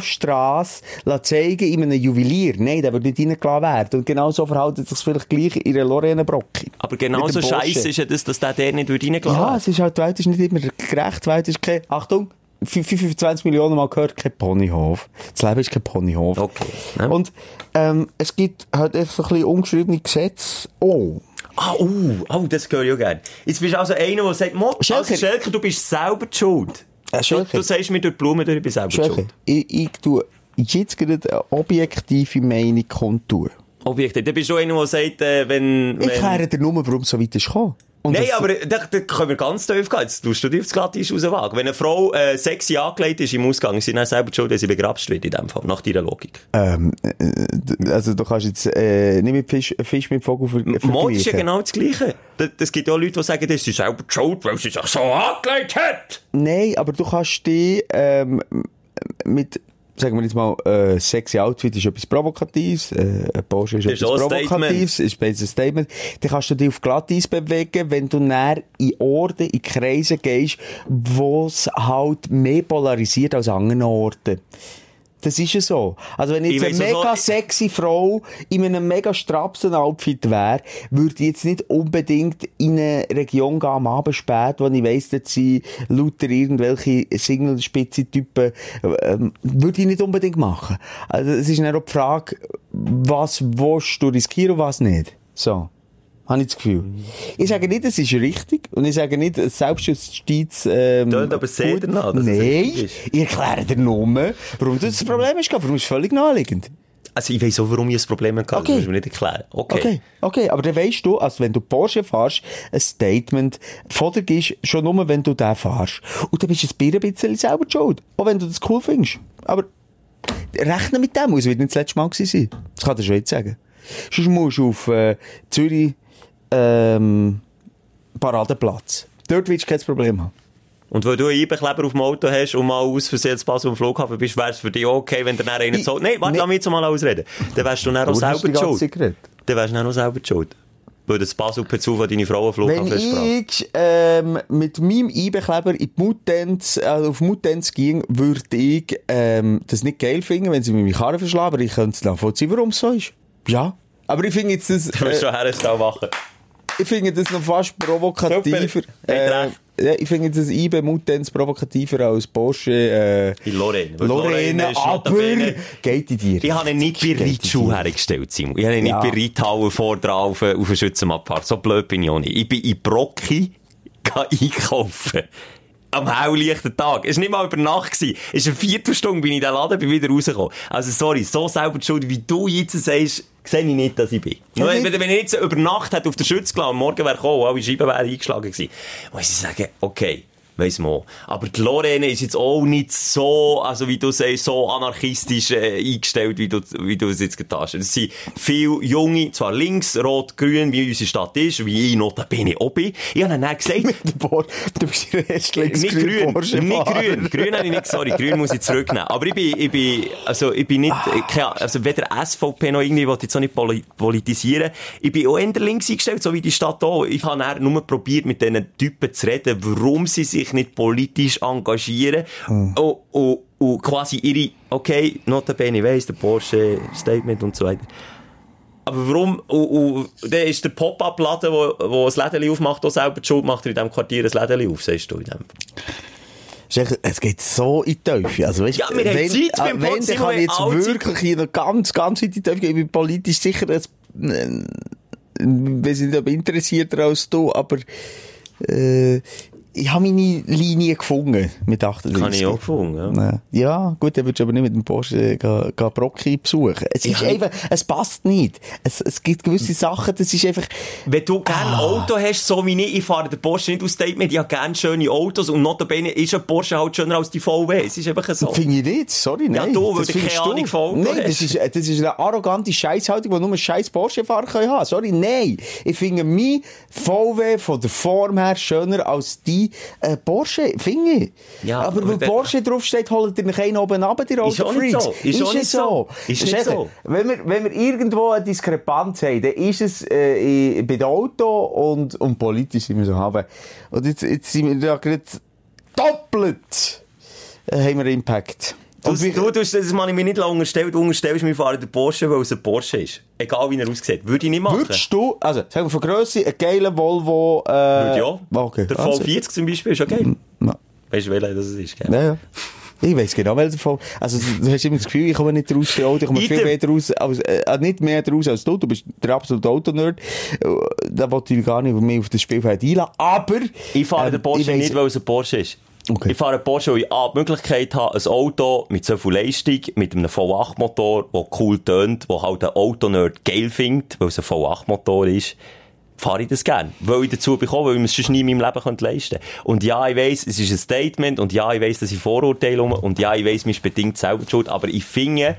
G: Bahnhofstrasse lassen zeigen in einem Juwelier. Nein, der würde nicht reingelassen werden. Und genau so verhalten sich vielleicht gleich in einer Lorena Brocki.
F: Aber genauso
G: Mit dem Porsche.
F: scheiße ist ja das, dass der der nicht reingelassen
G: Ja,
F: wird.
G: es ist halt, die Welt ist nicht immer gerecht. Die Welt ist kein, Achtung, 25 Millionen Mal gehört, kein Ponyhof. Das Leben ist kein Ponyhof.
F: Okay. Ja.
G: Und, ähm, es gibt halt echt so ein bisschen ungeschriebene Gesetze. Oh.
F: Ah, uh, oh, das höre ich auch gerne. Jetzt bist du also einer, der sagt, Mo, Schelker. Also
G: Schelker.
F: Schelker, du bist selber die schuld.
G: Äh,
F: Du,
G: Schelker.
F: du sagst mir durch die Blumen durch, ich bin selber die
G: Schwäche.
F: schuld.
G: Ich, ich tue jetzt gerade eine objektive Meinung kundtun.
F: Objektiv. Dann bist du einer, der sagt, äh, wenn...
G: Ich
F: wenn-
G: kläre dir nur, warum es so weit ist gekommen. Und
F: Nein,
G: das-
F: aber äh, da, da können wir ganz tief gehen. Jetzt tust du dich aufs Glatteis rauswagen. Wenn eine Frau äh, sexy angelegt ist im Ausgang, ist sie dann selber die schuld, wenn sie begrapscht wird in dem Fall, nach deiner Logik.
G: Ähm, äh, also du kannst jetzt äh, nicht mit Fisch, Fisch mit Vogel ver
F: Mord ist ja
G: vergleichen.
F: genau das Gleiche. Das, das gibt ja auch Leute, die sagen, das ist selber die schuld, weil sie sich so angelegt hat.
G: ehm, Nein, aber du kannst dich ähm, mit sagen wir jetzt mal, äh, sexy Outfit ist etwas Provokatives, äh, ein Porsche ist,
F: Das ist
G: etwas
F: auch ein
G: Provokatives, ist ein Statement. Dann kannst du dich auf Glatteis bewegen, eh, wenn du näher in Orte, in Kreise gehst, wo es halt mehr polarisiert als an anderen Orten. Das ist ja so. Also wenn
F: Ich
G: jetzt eine
F: weiss auch so-
G: mega sexy Frau in einem mega strapsen Outfit wäre, würde ich jetzt nicht unbedingt in eine Region gehen am Abend spät, wo ich weiss, dort sind lauter irgendwelche Single-Spitze-Typen, ähm, würde ich nicht unbedingt machen. Also es ist dann auch die Frage, was willst du riskieren und was nicht. So. Habe ich das Gefühl. Ich sage nicht, es ist richtig. Und ich sage nicht, Selbstjustiz, ähm,
F: Tönt aber sehr
G: gut.
F: danach, dass es
G: Nein.
F: richtig ist.
G: Ich erkläre dir nur, warum das das Problem ist. Warum ist es völlig naheliegend.
F: Also ich weiss auch, warum ich ein Problem hatte.
G: Okay.
F: Das musst du mir nicht erklären. Okay.
G: Okay, okay, aber dann weisst du, also wenn du Porsche fährst, ein Statement von dir gibst, schon nur wenn du den fährst. Und dann bist du ein Bier ein bisschen selber die schuld. Auch wenn du das cool findest. Aber rechne mit dem, es wird nicht das letzte Mal gewesen sein. Das kann der schon jetzt sagen. Sonst musst du auf äh, Zürich ähm, Paradenplatz. Dort willst du kein Problem haben.
F: Und weil du einen Eibenkleber auf dem Auto hast und mal aus Versehen zu Basel am Flughafen bist, wär's für dich okay, wenn der dann einen
G: Ich-
F: zahlt. Nein, warte,
G: Nee.
F: lass mich jetzt mal ausreden. Dann wärst du dann auch
G: Warum hast
F: selber
G: du die ganze
F: schuld.
G: Zeit geredet?
F: Dann wärst du dann auch selber schuld. Weil das Basel per Zufall deine Frau am
G: Wenn
F: Flughafen sprach.
G: ich ähm, mit meinem Eibenkleber in die Mutanz, äh, auf Mutanz ging, würde ich ähm, das nicht geil finden, wenn sie mir meine Karre verschlagen, aber ich könnte es nachvollziehen, warum es so ist. Ja. Aber ich finde jetzt das,
F: Du musst
G: äh,
F: schon herstellen machen.
G: ich finde das noch fast provokativer.
F: Super. Hat
G: Äh,
F: recht.
G: ja, ich finde jetzt das Ibe Mutanz provokativer als Porsche äh,
F: In Lorraine. Weil
G: Lorraine,
F: ist
G: aber
F: notabene-
G: geht in dir.
F: Ich habe ihn nicht bei Reitschuh hergestellt, Simon. Ich habe ihn
G: Ja.
F: nicht bei Reithauen vorne drauf auf den Schützenabfahrt. So blöd bin ich auch nicht. Ich bin in Brocki gehe einkaufen. Am helllichten Tag. Es war nicht mal über Nacht. Gewesen. Es ist eine Viertelstunde, bin ich in den Laden, bin wieder rausgekommen. Also sorry, so selber die schuld, wie du jetzt sagst, sehe ich nicht, dass ich bin. Nur
G: nicht.
F: wenn, wenn ich jetzt über Nacht hätte auf der Schütze gelassen, am morgen wäre gekommen, alle Scheiben wären eingeschlagen gewesen, muss ich sagen, okay, weiss man auch. Aber die Lorraine ist jetzt auch nicht so, also wie du sagst, so anarchistisch äh, eingestellt, wie du, wie du es jetzt getan hast. Es sind viele Junge, zwar links, rot, grün, wie unsere Stadt ist, wie ich notabene auch bin. Ich habe ihnen dann gesagt,
G: Der Por- du bist der erste
F: nicht grün,
G: Porsche
F: nicht grün. Grün habe ich nicht, sorry, grün muss ich zurücknehmen. Aber ich bin, ich bin, also ich bin nicht, äh, keine Ahnung, also weder SVP noch irgendwie, wollte jetzt auch nicht poli- politisieren. Ich bin auch eher links eingestellt, so wie die Stadt auch. Ich habe dann nur probiert, mit diesen Typen zu reden, warum sie sich nicht politisch engagieren. Und, und, und quasi ihre, okay, notabene, ich weiss, der Porsche Statement und so weiter. Aber warum, und, und, dann ist der Pop-Up-Laden, wo, wo das Lädeli aufmacht, auch selber die Schuld macht, er in diesem Quartier ein Lädeli auf, sagst du in dem
G: Ist echt- Es geht so in die Teufel. Also, weißt,
F: Ja, wir haben Zeit beim
G: äh, wenn,
F: Podcast,
G: dann kann ich jetzt
F: wir haben alle
G: wirklich hier noch ganz, ganz in die Teufel gehen. Ich bin politisch sicher, dass, äh, wir sind aber interessierter als du, aber äh, ich habe meine Linie gefunden mit 38.
F: Kann ich auch gefunden, ja.
G: Ja. Ja, gut, dann würdest du aber nicht mit dem Porsche gehen, gehen Brocki besuchen. Es ist einfach, es passt nicht. Es, es gibt gewisse Sachen, das ist einfach,
F: Wenn du gerne
G: Ah.
F: Auto hast, so wie ich, ich fahre den Porsche nicht aus Statement, ich habe gerne schöne Autos und notabene ist ein Porsche halt schöner als die VW. Es ist einfach so.
G: Finde ich nicht, sorry,
F: Ja,
G: nein.
F: du, weil
G: Das
F: du
G: findest
F: keine
G: du.
F: Ahnung von Auto
G: Nein,
F: hast.
G: das ist, das ist eine arrogante Scheißhaltung, die nur ein scheiß Porsche-Fahrer kann haben Sorry, nein. Ich finde mein VW von der Form her schöner als die äh, Porsche. Finde ich.
F: Ja,
G: aber
F: aber
G: wenn
F: der-
G: Porsche draufsteht, holt ihr nicht einen oben ab, ihr
F: Ist auch nicht
G: Autofreaks.
F: so. Ist auch
G: ja
F: nicht so. Ist nicht
G: echt-
F: so.
G: Wenn wir, wenn wir irgendwo eine Diskrepanz haben, dann ist es äh, in- bei den Auto und, und politisch sind wir so haben. Und jetzt, jetzt sind wir da gerade doppelt äh, haben wir Impact.
F: Du,
G: Und wir-
F: du, tust- das kann ich mir nicht lange unterstellen. Du unterstellst mir, ich fahre den Porsche, weil es ein Porsche ist. Egal wie er aussieht. Würde ich nicht machen.
G: Würdest du, also sagen wir von Grösse, einen geilen Volvo... Äh, Würde
F: ja.
G: Okay. Ah,
F: Der
G: also,
F: V40 zum Beispiel ist okay.
G: mm, ja.
F: Weißt du, welcher das ist, gell?
G: Ja, ja. Ich weiss genau, welcher Volvo... Also du- du hast immer das Gefühl, ich komme nicht raus, die Auto, ich komme viel
F: Item.
G: mehr raus, als, äh, nicht mehr raus als du, du bist der absolute Autonerd. Äh, Da wollte ich gar nicht mehr auf das Spielfeld einladen, aber...
F: Ich fahre
G: ähm,
F: den Porsche
G: ich weiss-
F: nicht, weil es ein Porsche ist.
G: Okay.
F: Ich fahre einen Porsche, weil ich A, die Möglichkeit habe, ein Auto mit so viel Leistung, mit einem V8-Motor, der cool tönt, der halt ein Autonerd geil findet, weil es ein V8-Motor ist, fahre ich das gerne. Weil ich dazu bekomme, weil ich mir es sonst nie in meinem Leben könnte leisten könnte. Und ja, ich weiss, es ist ein Statement, und ja, ich weiss, dass ich Vorurteile habe, und ja, ich weiss, mir ist bedingt selber die schuld, aber ich finde,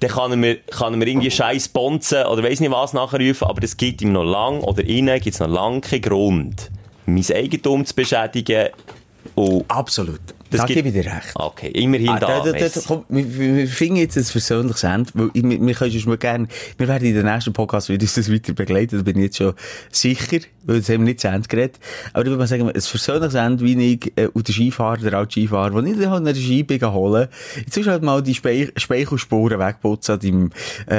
F: dann kann er mir, kann er mir irgendwie scheiß Bonzen oder weiss nicht was nachrufen, aber es gibt ihm noch lang, oder ihnen gibt es noch lange keinen Grund, mein Eigentum zu beschädigen. Und
G: Absolut. Da
F: gibt-
G: gebe ich dir recht.
F: Okay, immerhin
G: Ah,
F: da.
G: da, da, da,
F: merci.
G: komm, wir, wir wir finden jetzt ein persönliches Ende, weil ich, wir, wir können sonst mal gerne, wir werden in den nächsten Podcast dus wieder das weiter begleiten, da bin ich jetzt schon sicher, weil jetzt haben wir nicht zu Ende geredet. Aber ich würde mal sagen, ein persönliches Ende, wie ich äh, und der Skifahrer, der alte Skifahrer, wenn ich dann halt eine Ski bin holen, jetzt ist halt mal die Speich Speichelspuren wegputzen an deinem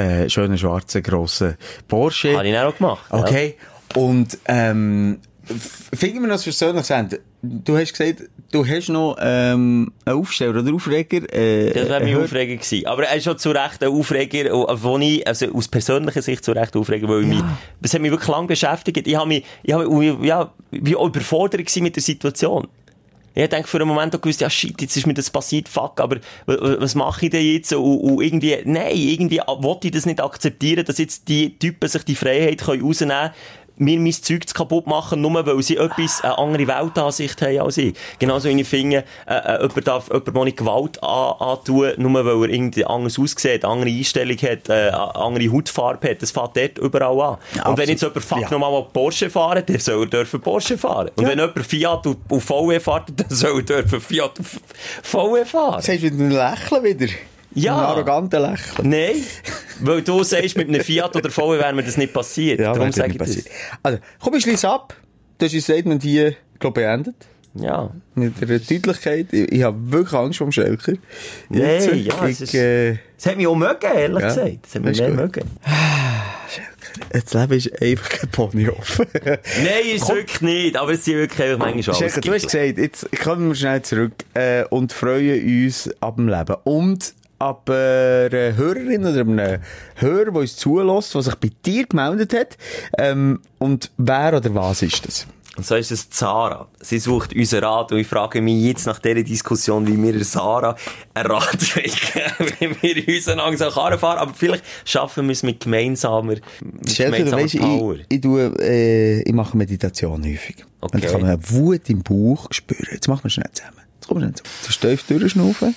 G: äh, schönen, schwarzen, grossen Porsche.
F: Habe ich dann auch gemacht. Ja.
G: Okay. Und, ähm, f- finden wir das persönliches Ende. Du hast gesagt, du hast noch, ähm, einen Aufsteller oder Aufreger, äh,
F: Das war
G: äh,
F: mein
G: hör-
F: Aufreger gewesen. Aber er ist schon zu Recht ein Aufreger, wo ich, also aus persönlicher Sicht zu Recht Aufreger, weil mich, das hat mich wirklich lange beschäftigt. Ich habe mich, ich habe, mich- ja, wie auch überfordert gewesen mit der Situation. Ich denke für einen Moment auch gewusst, ja shit, jetzt ist mir das passiert, fuck, aber w- w- was mache ich denn jetzt? Und, und irgendwie, nein, irgendwie wollte ich das nicht akzeptieren, dass jetzt die Typen sich die Freiheit können rausnehmen können, mir mein Zeug zu kaputt machen, nur weil sie etwas, eine andere Weltansicht haben als ich. Genauso wie ich finde, äh, äh, jemand darf jemandem nicht Gewalt an, antun, nur weil er irgendwie anders aussieht, eine andere Einstellung hat, äh, eine andere Hautfarbe hat. Das fängt dort überall an. und wenn
G: absolut.
F: jetzt jemand fuck
G: Ja.
F: nochmal will Porsche fahren, dann soll er dürfen Porsche fahren. Und wenn jemand Fiat auf, auf VW fährt, dann soll er dürfen Fiat auf VW fahren.
G: Jetzt hast du wieder ein Lächeln wieder.
F: Ja.
G: Ein arrogantes Lächeln.
F: Nein, weil du sagst, mit einem Fiat oder VW wäre mir das nicht passiert. Darum sage ich das.
G: Also, komm, ich schließe ab. Das ist ein Dus Statement hier, glaube ich, beendet.
F: Ja.
G: Mit der Deutlichkeit. Ich, ich habe wirklich Angst vor dem Schelker. Jetzt,
F: Nein, ja, es
G: ich,
F: ist-
G: äh,
F: Das hat mich auch mögen, ehrlich
G: Ja,
F: gesagt. Das hat mich
G: das ist
F: mehr
G: gut.
F: mögen.
G: das Leben ist einfach kein Pony offen.
F: Nein, ist
G: Komm.
F: wirklich nicht, aber es sind wirklich einfach manchmal alles
G: Schelker, du hast gesagt, jetzt kommen wir schnell zurück äh, und freuen uns ab dem Leben. Und ab äh, einer Hörerin oder einem Hörer, der uns zulässt, der sich bei dir gemeldet hat. Ähm, und wer oder was ist das?
F: Und so ist es Zara. Sie sucht unseren Rat und ich frage mich jetzt nach dieser Diskussion, wie wir Sarah einen Rat geben, wie wir unseren langsam fahren fahren. Aber vielleicht schaffen wir es mit gemeinsamer, mit
G: Schelke, du
F: gemeinsamer
G: weißt, ich, ich, tue, äh, ich mache Meditation häufig.
F: Okay.
G: Und ich kann eine Wut im Bauch spüren. Jetzt machen wir schnell zusammen. Jetzt kommen wir schnell zusammen. Du steifst durchschnaufen.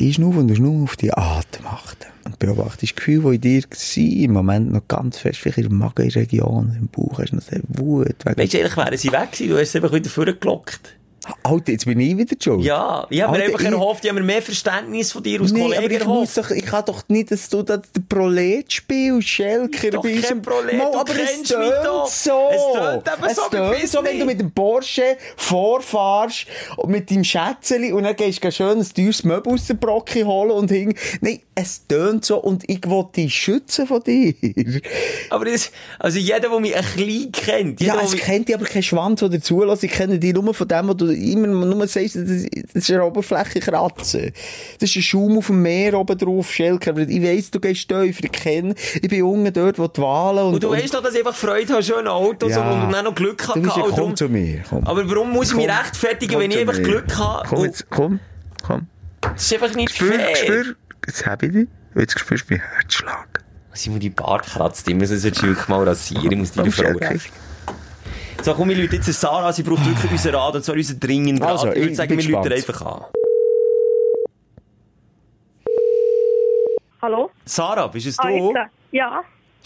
G: Einschnaufen und schnaufen auf die Atem achten. Und beobachtest das Gefühl, das in dir war, im Moment noch ganz fest, vielleicht in der Magenregion, im Bauch, hast du noch diese Wut.
F: Weißt
G: Wegen...
F: du, eigentlich wären sie weg gewesen, du hast sie einfach wieder vorgelockt.
G: Alter, jetzt bin ich wieder schuld.
F: Ja, ich habe mir
G: Alter,
F: einfach
G: ich-
F: erhofft, ich habe mir mehr Verständnis von dir als
G: Nee, aber
F: Kollege
G: ich, muss
F: erhofft.
G: doch, ich kann doch nicht, dass du da den Prolet spielst, Schelker.
F: Doch
G: bei
F: kein
G: unserem-
F: Prolet,
G: Mo,
F: du
G: aber es
F: kennst mich doch.
G: tönt so.
F: Es tönt eben
G: Es
F: so, aber
G: tönt
F: ich
G: so,
F: weiß
G: wenn
F: nicht.
G: du mit dem Porsche vorfährst und mit deinem Schätzeli und dann gehst du schön ein teures Möbel aus der Brocke holen und hing. Nein, es tönt so und ich will dich schützen von dir.
F: Aber es, also jeder, der mich ein bisschen kennt, jeder,
G: Ja,
F: der
G: es
F: mich-
G: kennt dich aber kein Schwanz, der zulässt. Ich kenne dich nur von dem, wo du immer nur sagst, das ist- das ist eine Oberfläche kratzen. Das ist ein Schaum auf dem Meer oben drauf, Schelker. Aber ich weiss, du gehst tiefer. Ich kenne, ich bin unten dort, wo die Wale und...
F: Und du weißt doch, dass ich einfach Freude habe, schöne Autos
G: Ja.
F: und, und dann noch Glück
G: Du
F: hatte.
G: bist ja-
F: Und
G: komm
F: darum-
G: zu mir, komm.
F: Aber warum muss ich mich rechtfertigen, wenn ich einfach Glück habe?
G: Komm
F: Und-
G: jetzt, komm, komm.
F: Das ist einfach nicht
G: Spür,
F: fair.
G: spür. Jetzt hab ich dich. Jetzt spürst du meinen Herzschlag.
F: Sie muss die Bart kratzt. Ich muss es jetzt wirklich mal rasieren. Ich muss die
G: Komm,
F: Frau
G: Schelker.
F: recht. So, komm, wir Leute, jetzt ist Sarah. Sie braucht wirklich unseren Rat. Und zwar unseren dringenden
G: Also,
F: Rat. Ich würde
G: ich
F: sagen,
G: bin
F: wir läuten
G: gespannt.
F: einfach an.
I: Hallo?
F: Sarah, bist es du?
I: Ah, jetzt, äh, ja.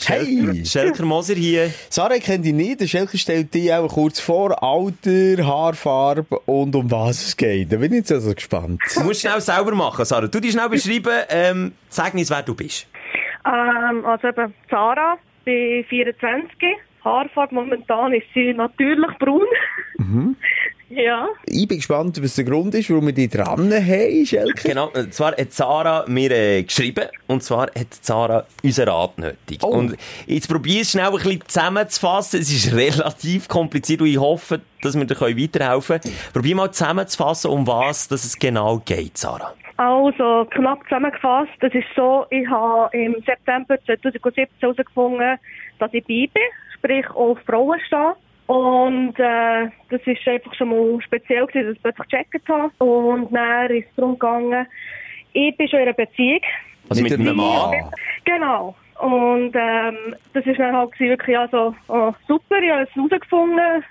G: Hey!
F: Schelker Moser hier.
G: Sarah, ich kenne dich nicht. Der Schelker stellt dich auch kurz vor. Alter, Haarfarbe und um was es geht. Da bin ich jetzt also gespannt.
F: Du musst schnell selber machen, Sarah. Du dich schnell beschreiben. Ähm, sag uns, wer du bist.
I: Ähm, also eben Sarah, bin 24. Haarfarbe momentan ist sie natürlich braun. ja.
G: Ich bin gespannt, was der Grund ist, warum wir dich dran haben, Schelke.
F: Genau, und zwar hat Sarah mir äh, geschrieben, und zwar hat Sarah unseren Rat nötig.
G: Oh.
F: Und jetzt probiere ich es schnell ein bisschen zusammenzufassen. Es ist relativ kompliziert und ich hoffe, dass wir dir können weiterhelfen können. Probier mal zusammenzufassen, um was dass es genau geht, Sarah.
I: Also, knapp zusammengefasst, das ist so, ich habe im September 2017 herausgefunden, dass ich bi bin, sprich auf Frauen stehe. Und äh, das ist einfach schon mal speziell, gewesen, dass ich plötzlich gecheckt habe. Und dann ist es darum gegangen, ich bin schon in einer Beziehung.
F: Also mit,
G: Mit
F: einem
G: einem
F: Mann.
G: Mann.
I: Genau. Und ähm, das ist dann halt gewesen, wirklich ja so, oh, super, ich habe es herausgefunden.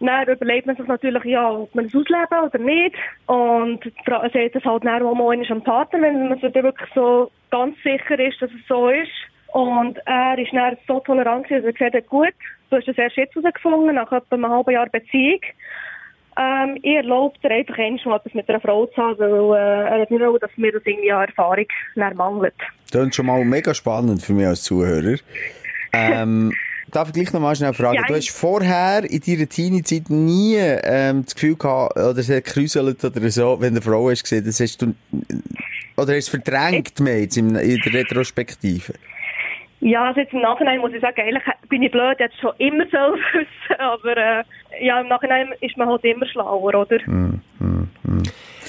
I: Dann überlegt man sich natürlich, ja, ob man es ausleben oder nicht. Und fra- sagt das halt dann auch mal einmal am Partner, wenn man sich dann wirklich so ganz sicher ist, dass es so ist. Und er ist dann so tolerant gewesen, dass er gesagt hat, gut, du hast es erst jetzt herausgefunden, nach etwa einem halben Jahr Beziehung. Ähm, ich erlaube dir einfach einmal mal etwas mit einer Frau zu haben, weil äh, er hat nicht wollen, dass mir das irgendwie an Erfahrung dann mangelt.
G: Klingt schon mal mega spannend für mich als Zuhörer. Ähm, darf ich gleich nochmal schnell fragen?
I: Ja,
G: du
I: ich-
G: hast vorher in deiner Teenie-Zeit nie ähm, das Gefühl gehabt, oder es hat gekräuselt oder so, wenn du eine Frau hast gesehen, das hast du, äh, oder hast du verdrängt mehr jetzt in, in der Retrospektive?
I: Ja, also jetzt im Nachhinein muss ich sagen, eigentlich bin ich blöd, jetzt schon immer selber wissen, aber äh, ja, im Nachhinein ist man halt immer schlauer, oder?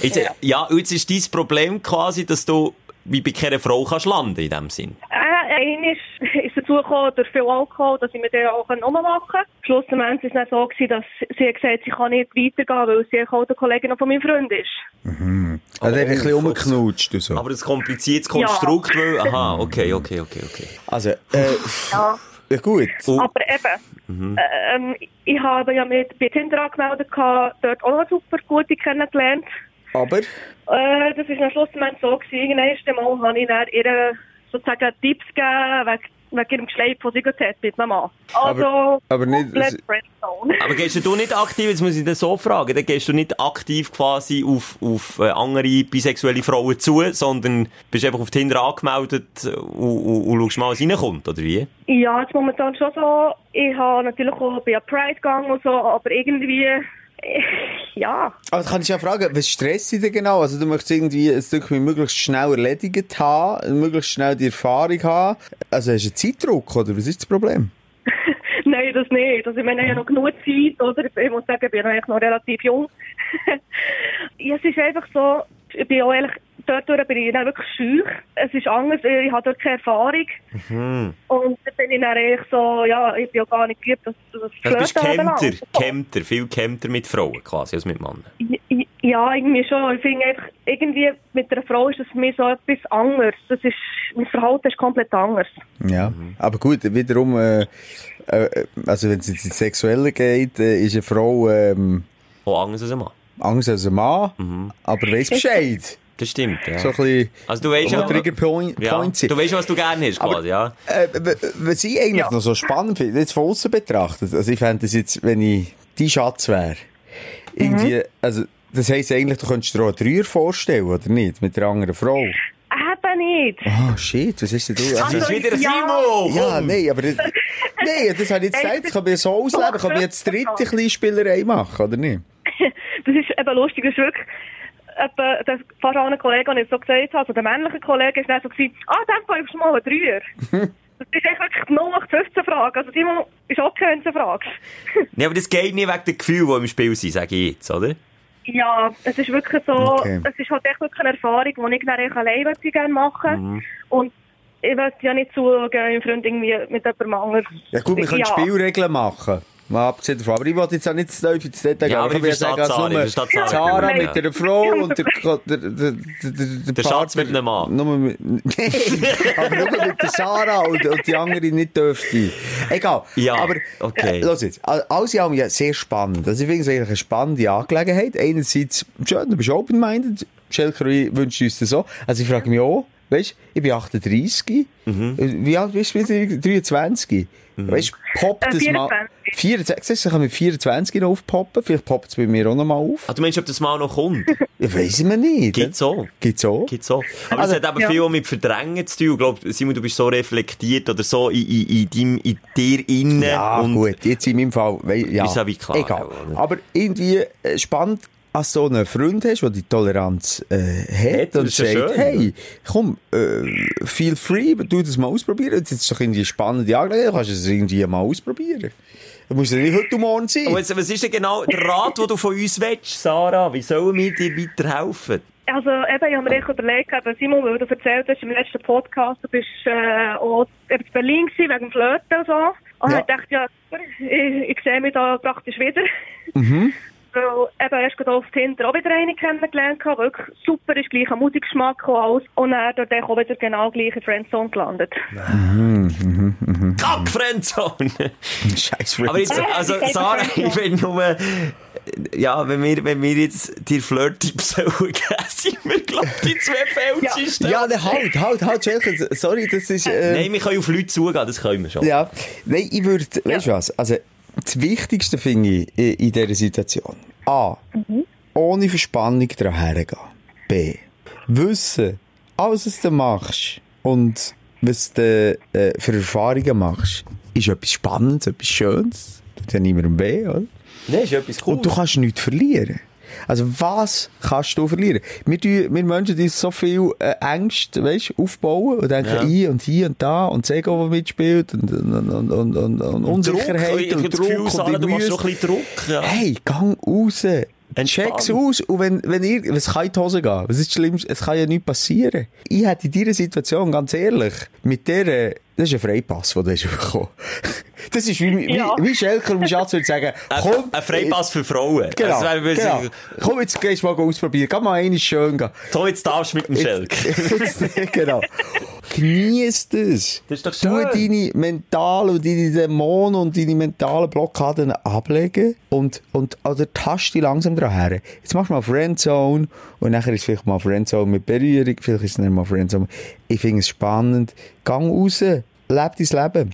F: Jetzt, ja. ja, jetzt ist dein Problem quasi, dass du wie bei keiner Frau kannst landen in dem Sinn.
I: Äh, einmal ist, ist dazu gekommen, durch viel Alkohol, dass ich mir den auch ummachen konnte. Schlussendlich war es dann so, gewesen, dass sie gesagt hat, sie kann nicht weitergehen, weil sie auch der Kollegin von meinem Freund ist.
G: Also, er hat ein
F: oh,
G: bisschen
F: fuck.
G: rumgeknutscht und so.
F: Aber ein kompliziertes Konstrukt, weil, aha, okay, okay, okay, okay.
G: Also, äh,
I: Ja.
G: ja gut.
F: Oh.
I: Aber eben, ähm, ich habe ja mit bei Tinder angemeldet, gehabt, dort auch noch super gute kennengelernt.
G: Aber,
I: Äh, das war am Schluss so. Gewesen. Irgendwann erste Mal habe ich dann ihr sozusagen Tipps gegeben, wegen, wegen ihrem Geschleif, das sie gerade hat mit meinem Mann. Also,
G: Aber- aber nicht-
I: komplett Friendzone.
F: Aber gehst du nicht aktiv, jetzt muss ich das so fragen, dann gehst du nicht aktiv quasi auf, auf äh, andere bisexuelle Frauen zu, sondern bist einfach auf Tinder angemeldet äh, und, und, und schaust mal, was reinkommt, oder wie?
I: Ja, jetzt momentan schon so. Ich habe natürlich auch bei Pride gegangen und so, aber irgendwie, ja.
G: aber kann ich ja fragen, was stresst dich denn genau? Also, du möchtest irgendwie ein Stück weit möglichst schnell erledigt haben, möglichst schnell die Erfahrung haben. Also, hast du einen Zeitdruck, oder? Was ist das Problem?
I: Nein, das nicht. Also, ich meine, ich habe noch genug Zeit, oder? Ich muss sagen, ich bin eigentlich noch relativ jung. ja, es ist einfach so, ich bin auch ehrlich, dort durch bin ich dann wirklich schüch. Es ist anders, ich habe dort keine Erfahrung.
F: Mhm.
I: Und dann bin ich dann eigentlich so, ja, ich bin ja gar nicht geübt, das, das
F: Also bist
I: Flirten
F: Kämter,
I: anbelangt.
F: Kämter, viel Kämter mit Frauen quasi, als mit Männern.
I: Ja, irgendwie schon. Ich finde einfach, irgendwie mit einer Frau ist das für mich so etwas anderes. Das ist, mein Verhalten ist komplett anders.
G: Ja,
F: Mhm.
G: aber gut, wiederum, äh, äh, also wenn es jetzt ins Sexuelle geht, äh, ist eine Frau ähm,
F: Auch anders als ein Mann.
G: Angst als ein Mann,
F: Mhm.
G: aber weiss Bescheid.
F: Das stimmt, ja.
G: So ein bisschen
F: Also du weißt
G: wo
F: ja,
G: Trigger Point,
F: ja,
G: Points sind.
F: du weißt, was du gerne hast quasi, ja.
G: Äh, w- w- was ich eigentlich noch so spannend finde, jetzt von außen betrachtet, also ich fände das jetzt, wenn ich dein Schatz wäre, irgendwie, also das heisst eigentlich, du könntest dir auch einen Dreier vorstellen, oder nicht? Mit einer anderen Frau.
I: Eben nicht.
G: Ah, shit, was ist denn du?
F: Das
G: Also,
F: ist wieder ein
I: ja.
F: Simon!
G: ja, nein, aber das, nein, das habe ich jetzt
I: Ey,
G: gesagt,
I: das
G: kann man ja so ausleben, kann man jetzt dritte ein bisschen Spielerei machen, oder nicht?
I: Das ist eben lustig, das ist wirklich etwa, das fast allen Kollegen, die ich so gesagt habe, also der männliche Kollege ist dann so gewesen, ah, in dem Fall ist mal ein Dreier. das ist echt wirklich nur nach 15 Fragen. Also Simon ist okay, wenn du sie fragst.
F: Nee, aber das geht nicht wegen den Gefühlen, die im Spiel sind, sage ich jetzt, oder?
I: Ja, es ist wirklich so,
G: Okay.
I: es ist halt echt wirklich eine Erfahrung, die ich dann eigentlich allein möchte gerne machen
G: Mhm.
I: Und ich möchte ja nicht zugeben, meinem Freund irgendwie mit jemandem anderes.
G: Ja gut, wir können Spielregeln machen. Mal abgesehen davon. Aber ich wollte jetzt auch nicht zu tief ins Detail
F: Ja, aber
G: gehen.
F: ich
G: kann
F: verstehe Zara, ich verstehe
G: nur
F: Zara.
G: Zara
F: Ja.
G: mit einer Frau und der, der, der, der, der,
F: Der Schatz
G: Partner-
F: mit einem Mann.
G: Nur mit, Nein, aber nur mit der Sarah und, und die andere nicht dürfte. Egal.
F: Ja,
G: aber,
F: okay.
G: Äh, los jetzt. Al- Alles in allem ja sehr spannend. Also ich finde es eigentlich eine spannende Angelegenheit. Einerseits, schön, du bist open-minded. Schelkerui wünscht uns das so. Also ich frage mich auch, weißt du, ich bin 38.
F: Mhm.
G: Wie alt bist du? 23. Weißt du, poppt
I: Äh,
G: das mal.
I: 24.
G: 24. Siehst du, ich kann mit 24 noch aufpoppen. Vielleicht poppt es bei mir auch noch mal auf.
F: Ah, du meinst, ob das mal noch kommt?
G: Ja, weiss man nicht.
F: Gibt's auch.
G: Gibt's auch?
F: Gibt's auch. Aber
G: Also,
F: es hat eben viel auch mit Verdrängen zu tun. Ich glaube, Simon, du bist so reflektiert oder so in, in, in, deinem, in dir innen.
G: Ja,
F: und
G: gut, jetzt in meinem Fall, wei- ja.
F: Ist ja wie klar,
G: Egal.
F: ja.
G: Aber irgendwie äh, spannend, als du so einen Freund hast, der die Toleranz äh,
F: Hat,
G: hat und
F: das ist ja
G: sagt,
F: schön.
G: hey, komm, äh, feel free, tu das mal ausprobieren. Das ist doch irgendwie eine spannende Angelegenheit, du kannst es irgendwie mal ausprobieren. Du musst ja nicht heute und morgen sein.
F: Und jetzt, was ist denn genau der Rat, den du von uns willst, Sarah? Wie sollen wir dir weiterhelfen?
I: Also eben, ich habe mir echt überlegt, eben, Simon, weil du erzählt hast im letzten Podcast, du bist äh, auch eben in Berlin gewesen, wegen dem Flirten und so. Und
G: Ja.
I: ich dachte, ja, super, ich, ich sehe mich da praktisch wieder.
F: Mhm.
I: Weil eben erst gerade auf Tinder auch wieder eine kennengelernt habe, wirklich super ist, gleicher Musikgeschmack und alles. Und dann dort auch wieder genau gleich in Friendzone gelandet.
F: Kack, Friendzone!
G: Scheiß
F: Aber
G: Freund.
F: jetzt, also, Sarah, ich will nur, ja, wenn wir, wenn wir jetzt dir Flirt-Tipps geben, sind wir, glaube ich, die zwei Fälschisten.
G: Ja, ne, halt, halt, halt, Schelke, sorry, das ist... Äh,
F: Nein, wir können auf Leute zugehen, das können wir schon.
G: Ja, nein, ich würde, weißt du was, also das Wichtigste finde ich i- in dieser Situation A. Ohne Verspannung daher gehen. B. Wissen, alles, was du machst und was du äh, für Erfahrungen machst, ist etwas Spannendes, etwas Schönes. Tut ja niemandem weh, oder?
F: Nein, ist etwas cool.
G: Und du kannst nichts verlieren. Also was kannst du verlieren? Wir, tun, wir Menschen die so viel äh, Ängste weißt, aufbauen und denken hier und hier und da und das Ego, das mitspielt und, und, und, und, und, und Unsicherheit
F: Druck,
G: und
F: ich habe
G: Druck.
F: das Gefühl,
G: und die
F: Sarah, du machst
G: Mühe.
F: so ein bisschen Druck. Ja.
G: Hey, gang raus. Check's aus. Und wenn, wenn ihr, es kann in die Hose gehen. Was ist das Schlimmste? Es kann ja nichts passieren. Ich hätte in dieser Situation, ganz ehrlich, mit der, äh, das ist ein Freipass, den du hast bekommen. Das ist wie, wie,
I: Ja.
G: wie Schelker und Schatz würde sagen, komm.
F: Ein, ein Freipass für Frauen.
G: Genau,
F: Also, wenn wir-
G: genau. Komm, jetzt gehst du mal ausprobieren. Geh mal eines schön gehen.
F: So, jetzt darfst du mit dem Schelk.
G: Jetzt- genau. Genieß das.
F: Das ist doch
G: Tu
F: schön.
G: deine mentalen und deine Dämonen und deine mentalen Blockaden ablegen und, und oder taste langsam dran her. Jetzt machst du mal Friendzone und nachher ist vielleicht mal Friendzone mit Berührung, vielleicht ist es nicht mal Friendzone. Ich finde es spannend. Gang raus, lebe dein Leben.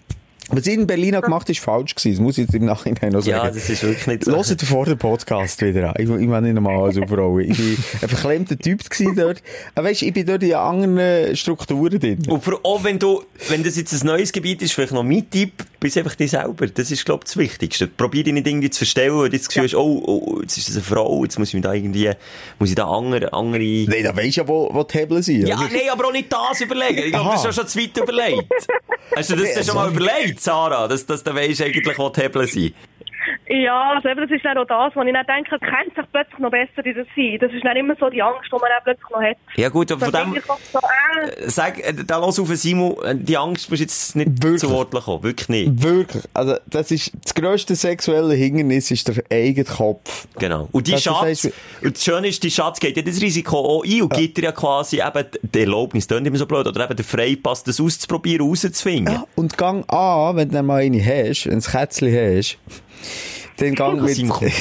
G: Was ich in Berlin auch gemacht habe, ist falsch gewesen. Das muss ich jetzt im Nachhinein noch sagen.
F: Ja, das ist wirklich nicht so.
G: Hört vor den Podcast wieder an. Ich, ich will nicht nochmal alles aufrollen. Ich bin ein verklemmter Typ gewesen dort. Aber weisst, ich bin dort in anderen Strukturen drin.
F: Und vor, auch wenn du, wenn das jetzt ein neues Gebiet ist, vielleicht noch mein Tipp, bist einfach dich selber. Das ist, glaube ich, das Wichtigste. Probier dich nicht irgendwie zu verstellen, wenn du jetzt ja. oh, oh, jetzt ist das eine Frau, jetzt muss ich mich da irgendwie, muss ich da andere, andere...
G: Nein, da weisst du ja, wo, wo die Hebel sind.
F: Ja,
G: oder?
F: nein, aber auch nicht das überlegen. Ich glaube,
G: Aha.
F: das ist ja schon zu weit überlegt. Hast du das denn schon mal überlegt, Sarah? Dass, dass du weisst eigentlich, wo die Hebel sind?
I: Ja, also eben, das ist dann auch das, wo ich dann denke, kennt sich plötzlich noch besser in das Sein. Das ist dann immer so die Angst, die man dann plötzlich noch hat.
F: Ja gut, aber
I: Dann
F: von
I: denke
F: dem...
I: ich auch so, äh,
F: Sag, äh, da los auf, Simon, äh, die Angst musst du jetzt nicht
G: Wirklich?
F: zu Wort kommen. Wirklich nicht.
G: Wirklich. Also, das ist, das grösste sexuelle Hindernis ist der eigene Kopf.
F: Genau. Und die
G: Das- das
F: Schatz,
G: heisst,
F: und das Schöne ist, die Schatz geht ja das Risiko auch ein und gibt dir ja quasi eben die Erlaubnis, das immer so blöd, oder eben den Freipass, das auszuprobieren, rauszuzwingen.
G: Ja, und gang an, wenn du dann mal eine hast, ein Kätzchen hast, dann gang mit,
F: Simon.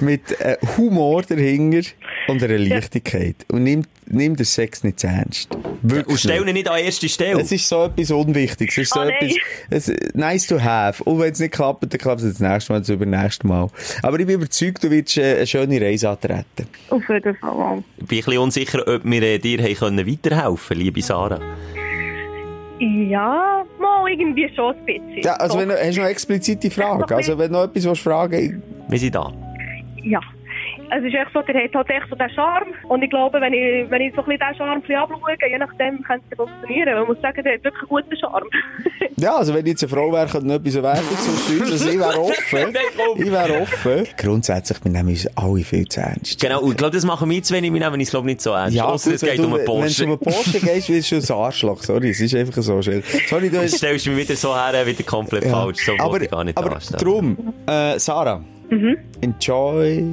G: mit äh, Humor dahinter und einer Leichtigkeit. Und nimm, nimm den Sex nicht zu ernst. Wirklich.
F: Und stell
G: nicht.
F: ihn nicht an erste Stelle.
G: Es ist so etwas Unwichtiges. Es ist so
I: Oh, nein.
G: etwas, es, ist nice to have. Und wenn es nicht klappt, dann klappt es das nächste Mal, das übernächste Mal. Aber ich bin überzeugt, du wirst äh, eine schöne Reise antreten.
F: Äh,
I: auf jeden Fall.
F: Ich bin ein bisschen unsicher, ob wir äh, dir haben können weiterhelfen liebe Sarah.
I: Ja, mal irgendwie schon ein bisschen.
G: Ja, also
I: Doch.
G: wenn du, hast du noch explizite Fragen? Also wenn du noch etwas willst fragen
F: Wir sind da.
I: Ja. Es ist echt so, der hat halt echt so den Charme. Und ich glaube, wenn ich, wenn ich so ein bisschen den Charme ein bisschen abschaue, je nachdem, könnte es funktionieren. Man muss sagen, der hat wirklich einen guten Charme.
G: Ja, also wenn ich jetzt eine Frau wäre, könnte ich noch etwas erwähnen zum Steuern. Also ich wäre offen.
F: komm.
G: ich wäre offen. Grundsätzlich, wir nehmen uns alle viel zu ernst.
F: Genau, und ich glaube, das machen wir zu wenig, wir nehmen es glaube ich, nicht so ernst. Ausser, es
G: wenn
F: geht
G: du-
F: um einen
G: Wenn du um
F: Porsche.
G: einen Porsche gehst, wirst du ein Arschloch. Sorry, es ist einfach so schnell. Sorry, du hast...
F: Jetzt stellst du mich wieder so her, äh, wieder komplett
G: Ja.
F: falsch. So
G: aber,
F: wollte ich gar nicht
G: aber
F: dastehen.
G: drum, äh, Sarah, enjoy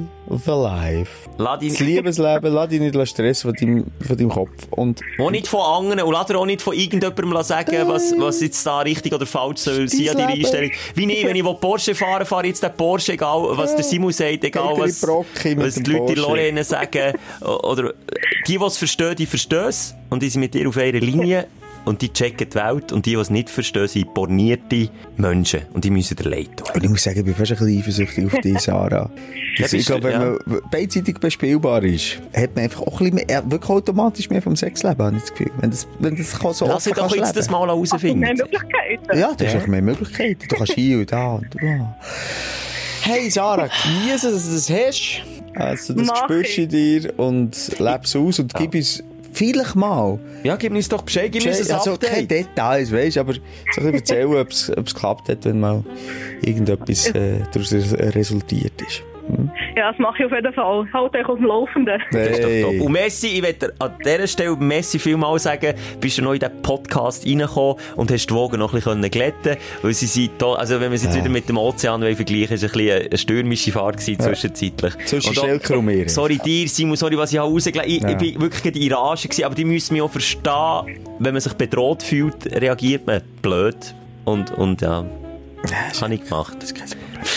G: the life.
F: Lass
G: Das
F: dich
G: Liebesleben, lass dich nicht Stress von deinem, von deinem Kopf. Und
F: auch nicht von anderen und lass dir auch nicht von irgendjemandem sagen, was, was jetzt da richtig oder falsch soll sein an deiner
G: Leben.
F: Einstellung. Wie nicht, wenn ich will Porsche fahren fahre ich jetzt den Porsche, egal was der Simon sagt, egal
G: Geht er in
F: was,
G: die Brocke mit
F: was die
G: dem
F: Leute in
G: Porsche.
F: Lorraine sagen. Oder die, die es verstehen, die verstehen es und die sind mit dir auf einer Linie. Und die checken die Welt und die, die es nicht verstehen, sind bornierte Menschen. Und die müssen dir leid tun.
G: Und ich muss sagen, ich bin fast ein bisschen eifersüchtig auf dich, Sarah. Dus Das,
F: bist
G: ich glaube,
F: du,
G: wenn
F: ja.
G: man beidseitig bespielbar ist, hat man einfach auch ein bisschen mehr, ja, wirklich automatisch mehr vom Sexleben, habe ich das Gefühl. Wenn das, wenn das so offen
F: Lass dich doch
G: kannst
F: jetzt das
G: leben.
F: mal herausfinden.
I: Mehr Möglichkeiten.
G: Ja, du hast einfach mehr Möglichkeiten. Du kannst hier und da und da. Hey Sarah, genieße, dass du das hast. Also, das
I: Mach
G: spürst du in dir und lebst aus und gib uns vielleicht mal.
F: Ja, gib uns doch Bescheid, gib uns ein
G: Also, keine
F: Update.
G: Details, weißt du, aber so ein bisschen erzählen, ob es ob es geklappt hat, wenn mal irgendetwas äh, daraus res- resultiert ist.
I: Ja, das mache ich auf jeden Fall. Halt euch auf dem Laufenden.
F: Das ist doch top.
G: Hey.
F: Und Messi, ich möchte an dieser Stelle Messi vielmal sagen, bist du noch in diesen Podcast reingekommen und hast die Wogen noch ein bisschen glätten können, weil sie sind da, also wenn wir es jetzt wieder mit dem Ozean wollen vergleichen ist es ein bisschen eine stürmische Fahrt gewesen zwischenzeitlich.
G: Zwischen
F: Und auch-
G: Schelker und mir.
F: Sorry dir, Simon, sorry, was ich habe rausgelegt ich,
G: Ja.
F: ich bin wirklich gerade in Rage gewesen, aber die müssen mich auch verstehen, wenn man sich bedroht fühlt, reagiert man blöd und, und ja, habe ich gemacht.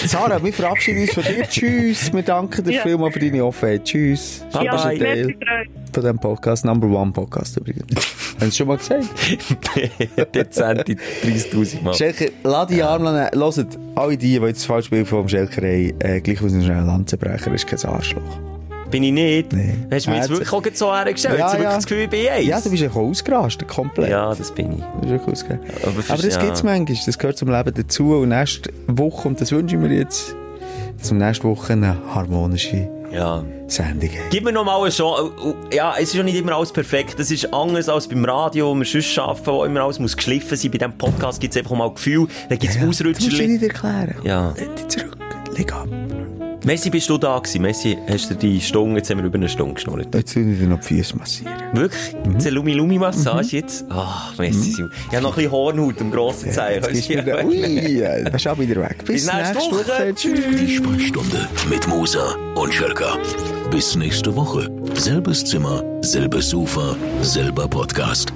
G: Sarah, wir verabschieden uns von dir. Tschüss. Wir danken dir
I: Ja.
G: vielmals für deine Offenheit. Tschüss.
F: Bye,
G: Du bist ein
F: bye.
G: Teil
I: merci, Freude.
G: von diesem Podcast, Number One Podcast übrigens. Haben Sie es schon mal gesagt?
F: Dezente 30.000 Mal.
G: Schelker, lass die Arme nehmen. Hört, alle die, die jetzt das Falschbild vom Schelker haben, äh, gleich aus einem schnellen Lanzenbrecher, ist kein Arschloch.
F: Bin ich nicht?
G: Nee.
F: Hast du mir jetzt
G: Ja,
F: wirklich auch gerade so hergestellt?
G: Ja,
F: Ja, jetzt habe ich
G: ja.
F: wirklich das Gefühl, ich bin eins.
G: Ja, du bist ja ausgerastet, komplett.
F: Ja, das bin ich.
G: Das ist wirklich ausgerastet.
F: Aber
G: Aber,
F: fürs-
G: das
F: ja.
G: gibt's manchmal, das gehört zum Leben dazu. Und nächste Woche, und das wünsche ich mir jetzt, zum nächsten Woche eine harmonische
F: Ja.
G: Sendung haben.
F: Gib mir noch mal eine Chance. äh, Ja, es ist ja nicht immer alles perfekt. Das ist anders als beim Radio, wo wir sonst arbeiten, wo immer alles muss geschliffen sein. Bei diesem Podcast gibt es einfach mal Gefühl, da gibt es
G: Ja, Das musst du
F: Ausrutscherli.
G: nicht erklären.
F: Ja.
G: Lehn dich zurück. Leg ab.
F: Messi, bist du da gewesen? Messi, hast du die Stunde, jetzt haben wir über eine Stunde geschnurrt.
G: Jetzt will ich dir noch die Füße massieren.
F: Wirklich?
G: Mhm.
F: Jetzt eine Lumi-Lumi-Massage jetzt? Ach, Messi, Simon. ich habe noch ein bisschen Hornhaut am grossen Zeiger.
G: Jetzt gibst du wieder... Ui, ja, dann bist du auch wieder weg. Bis, nächste Woche.
A: Die Sprechstunde mit Musa und Schelka. Bis nächste Woche. Selbes Zimmer, selbes Sofa, selber Podcast.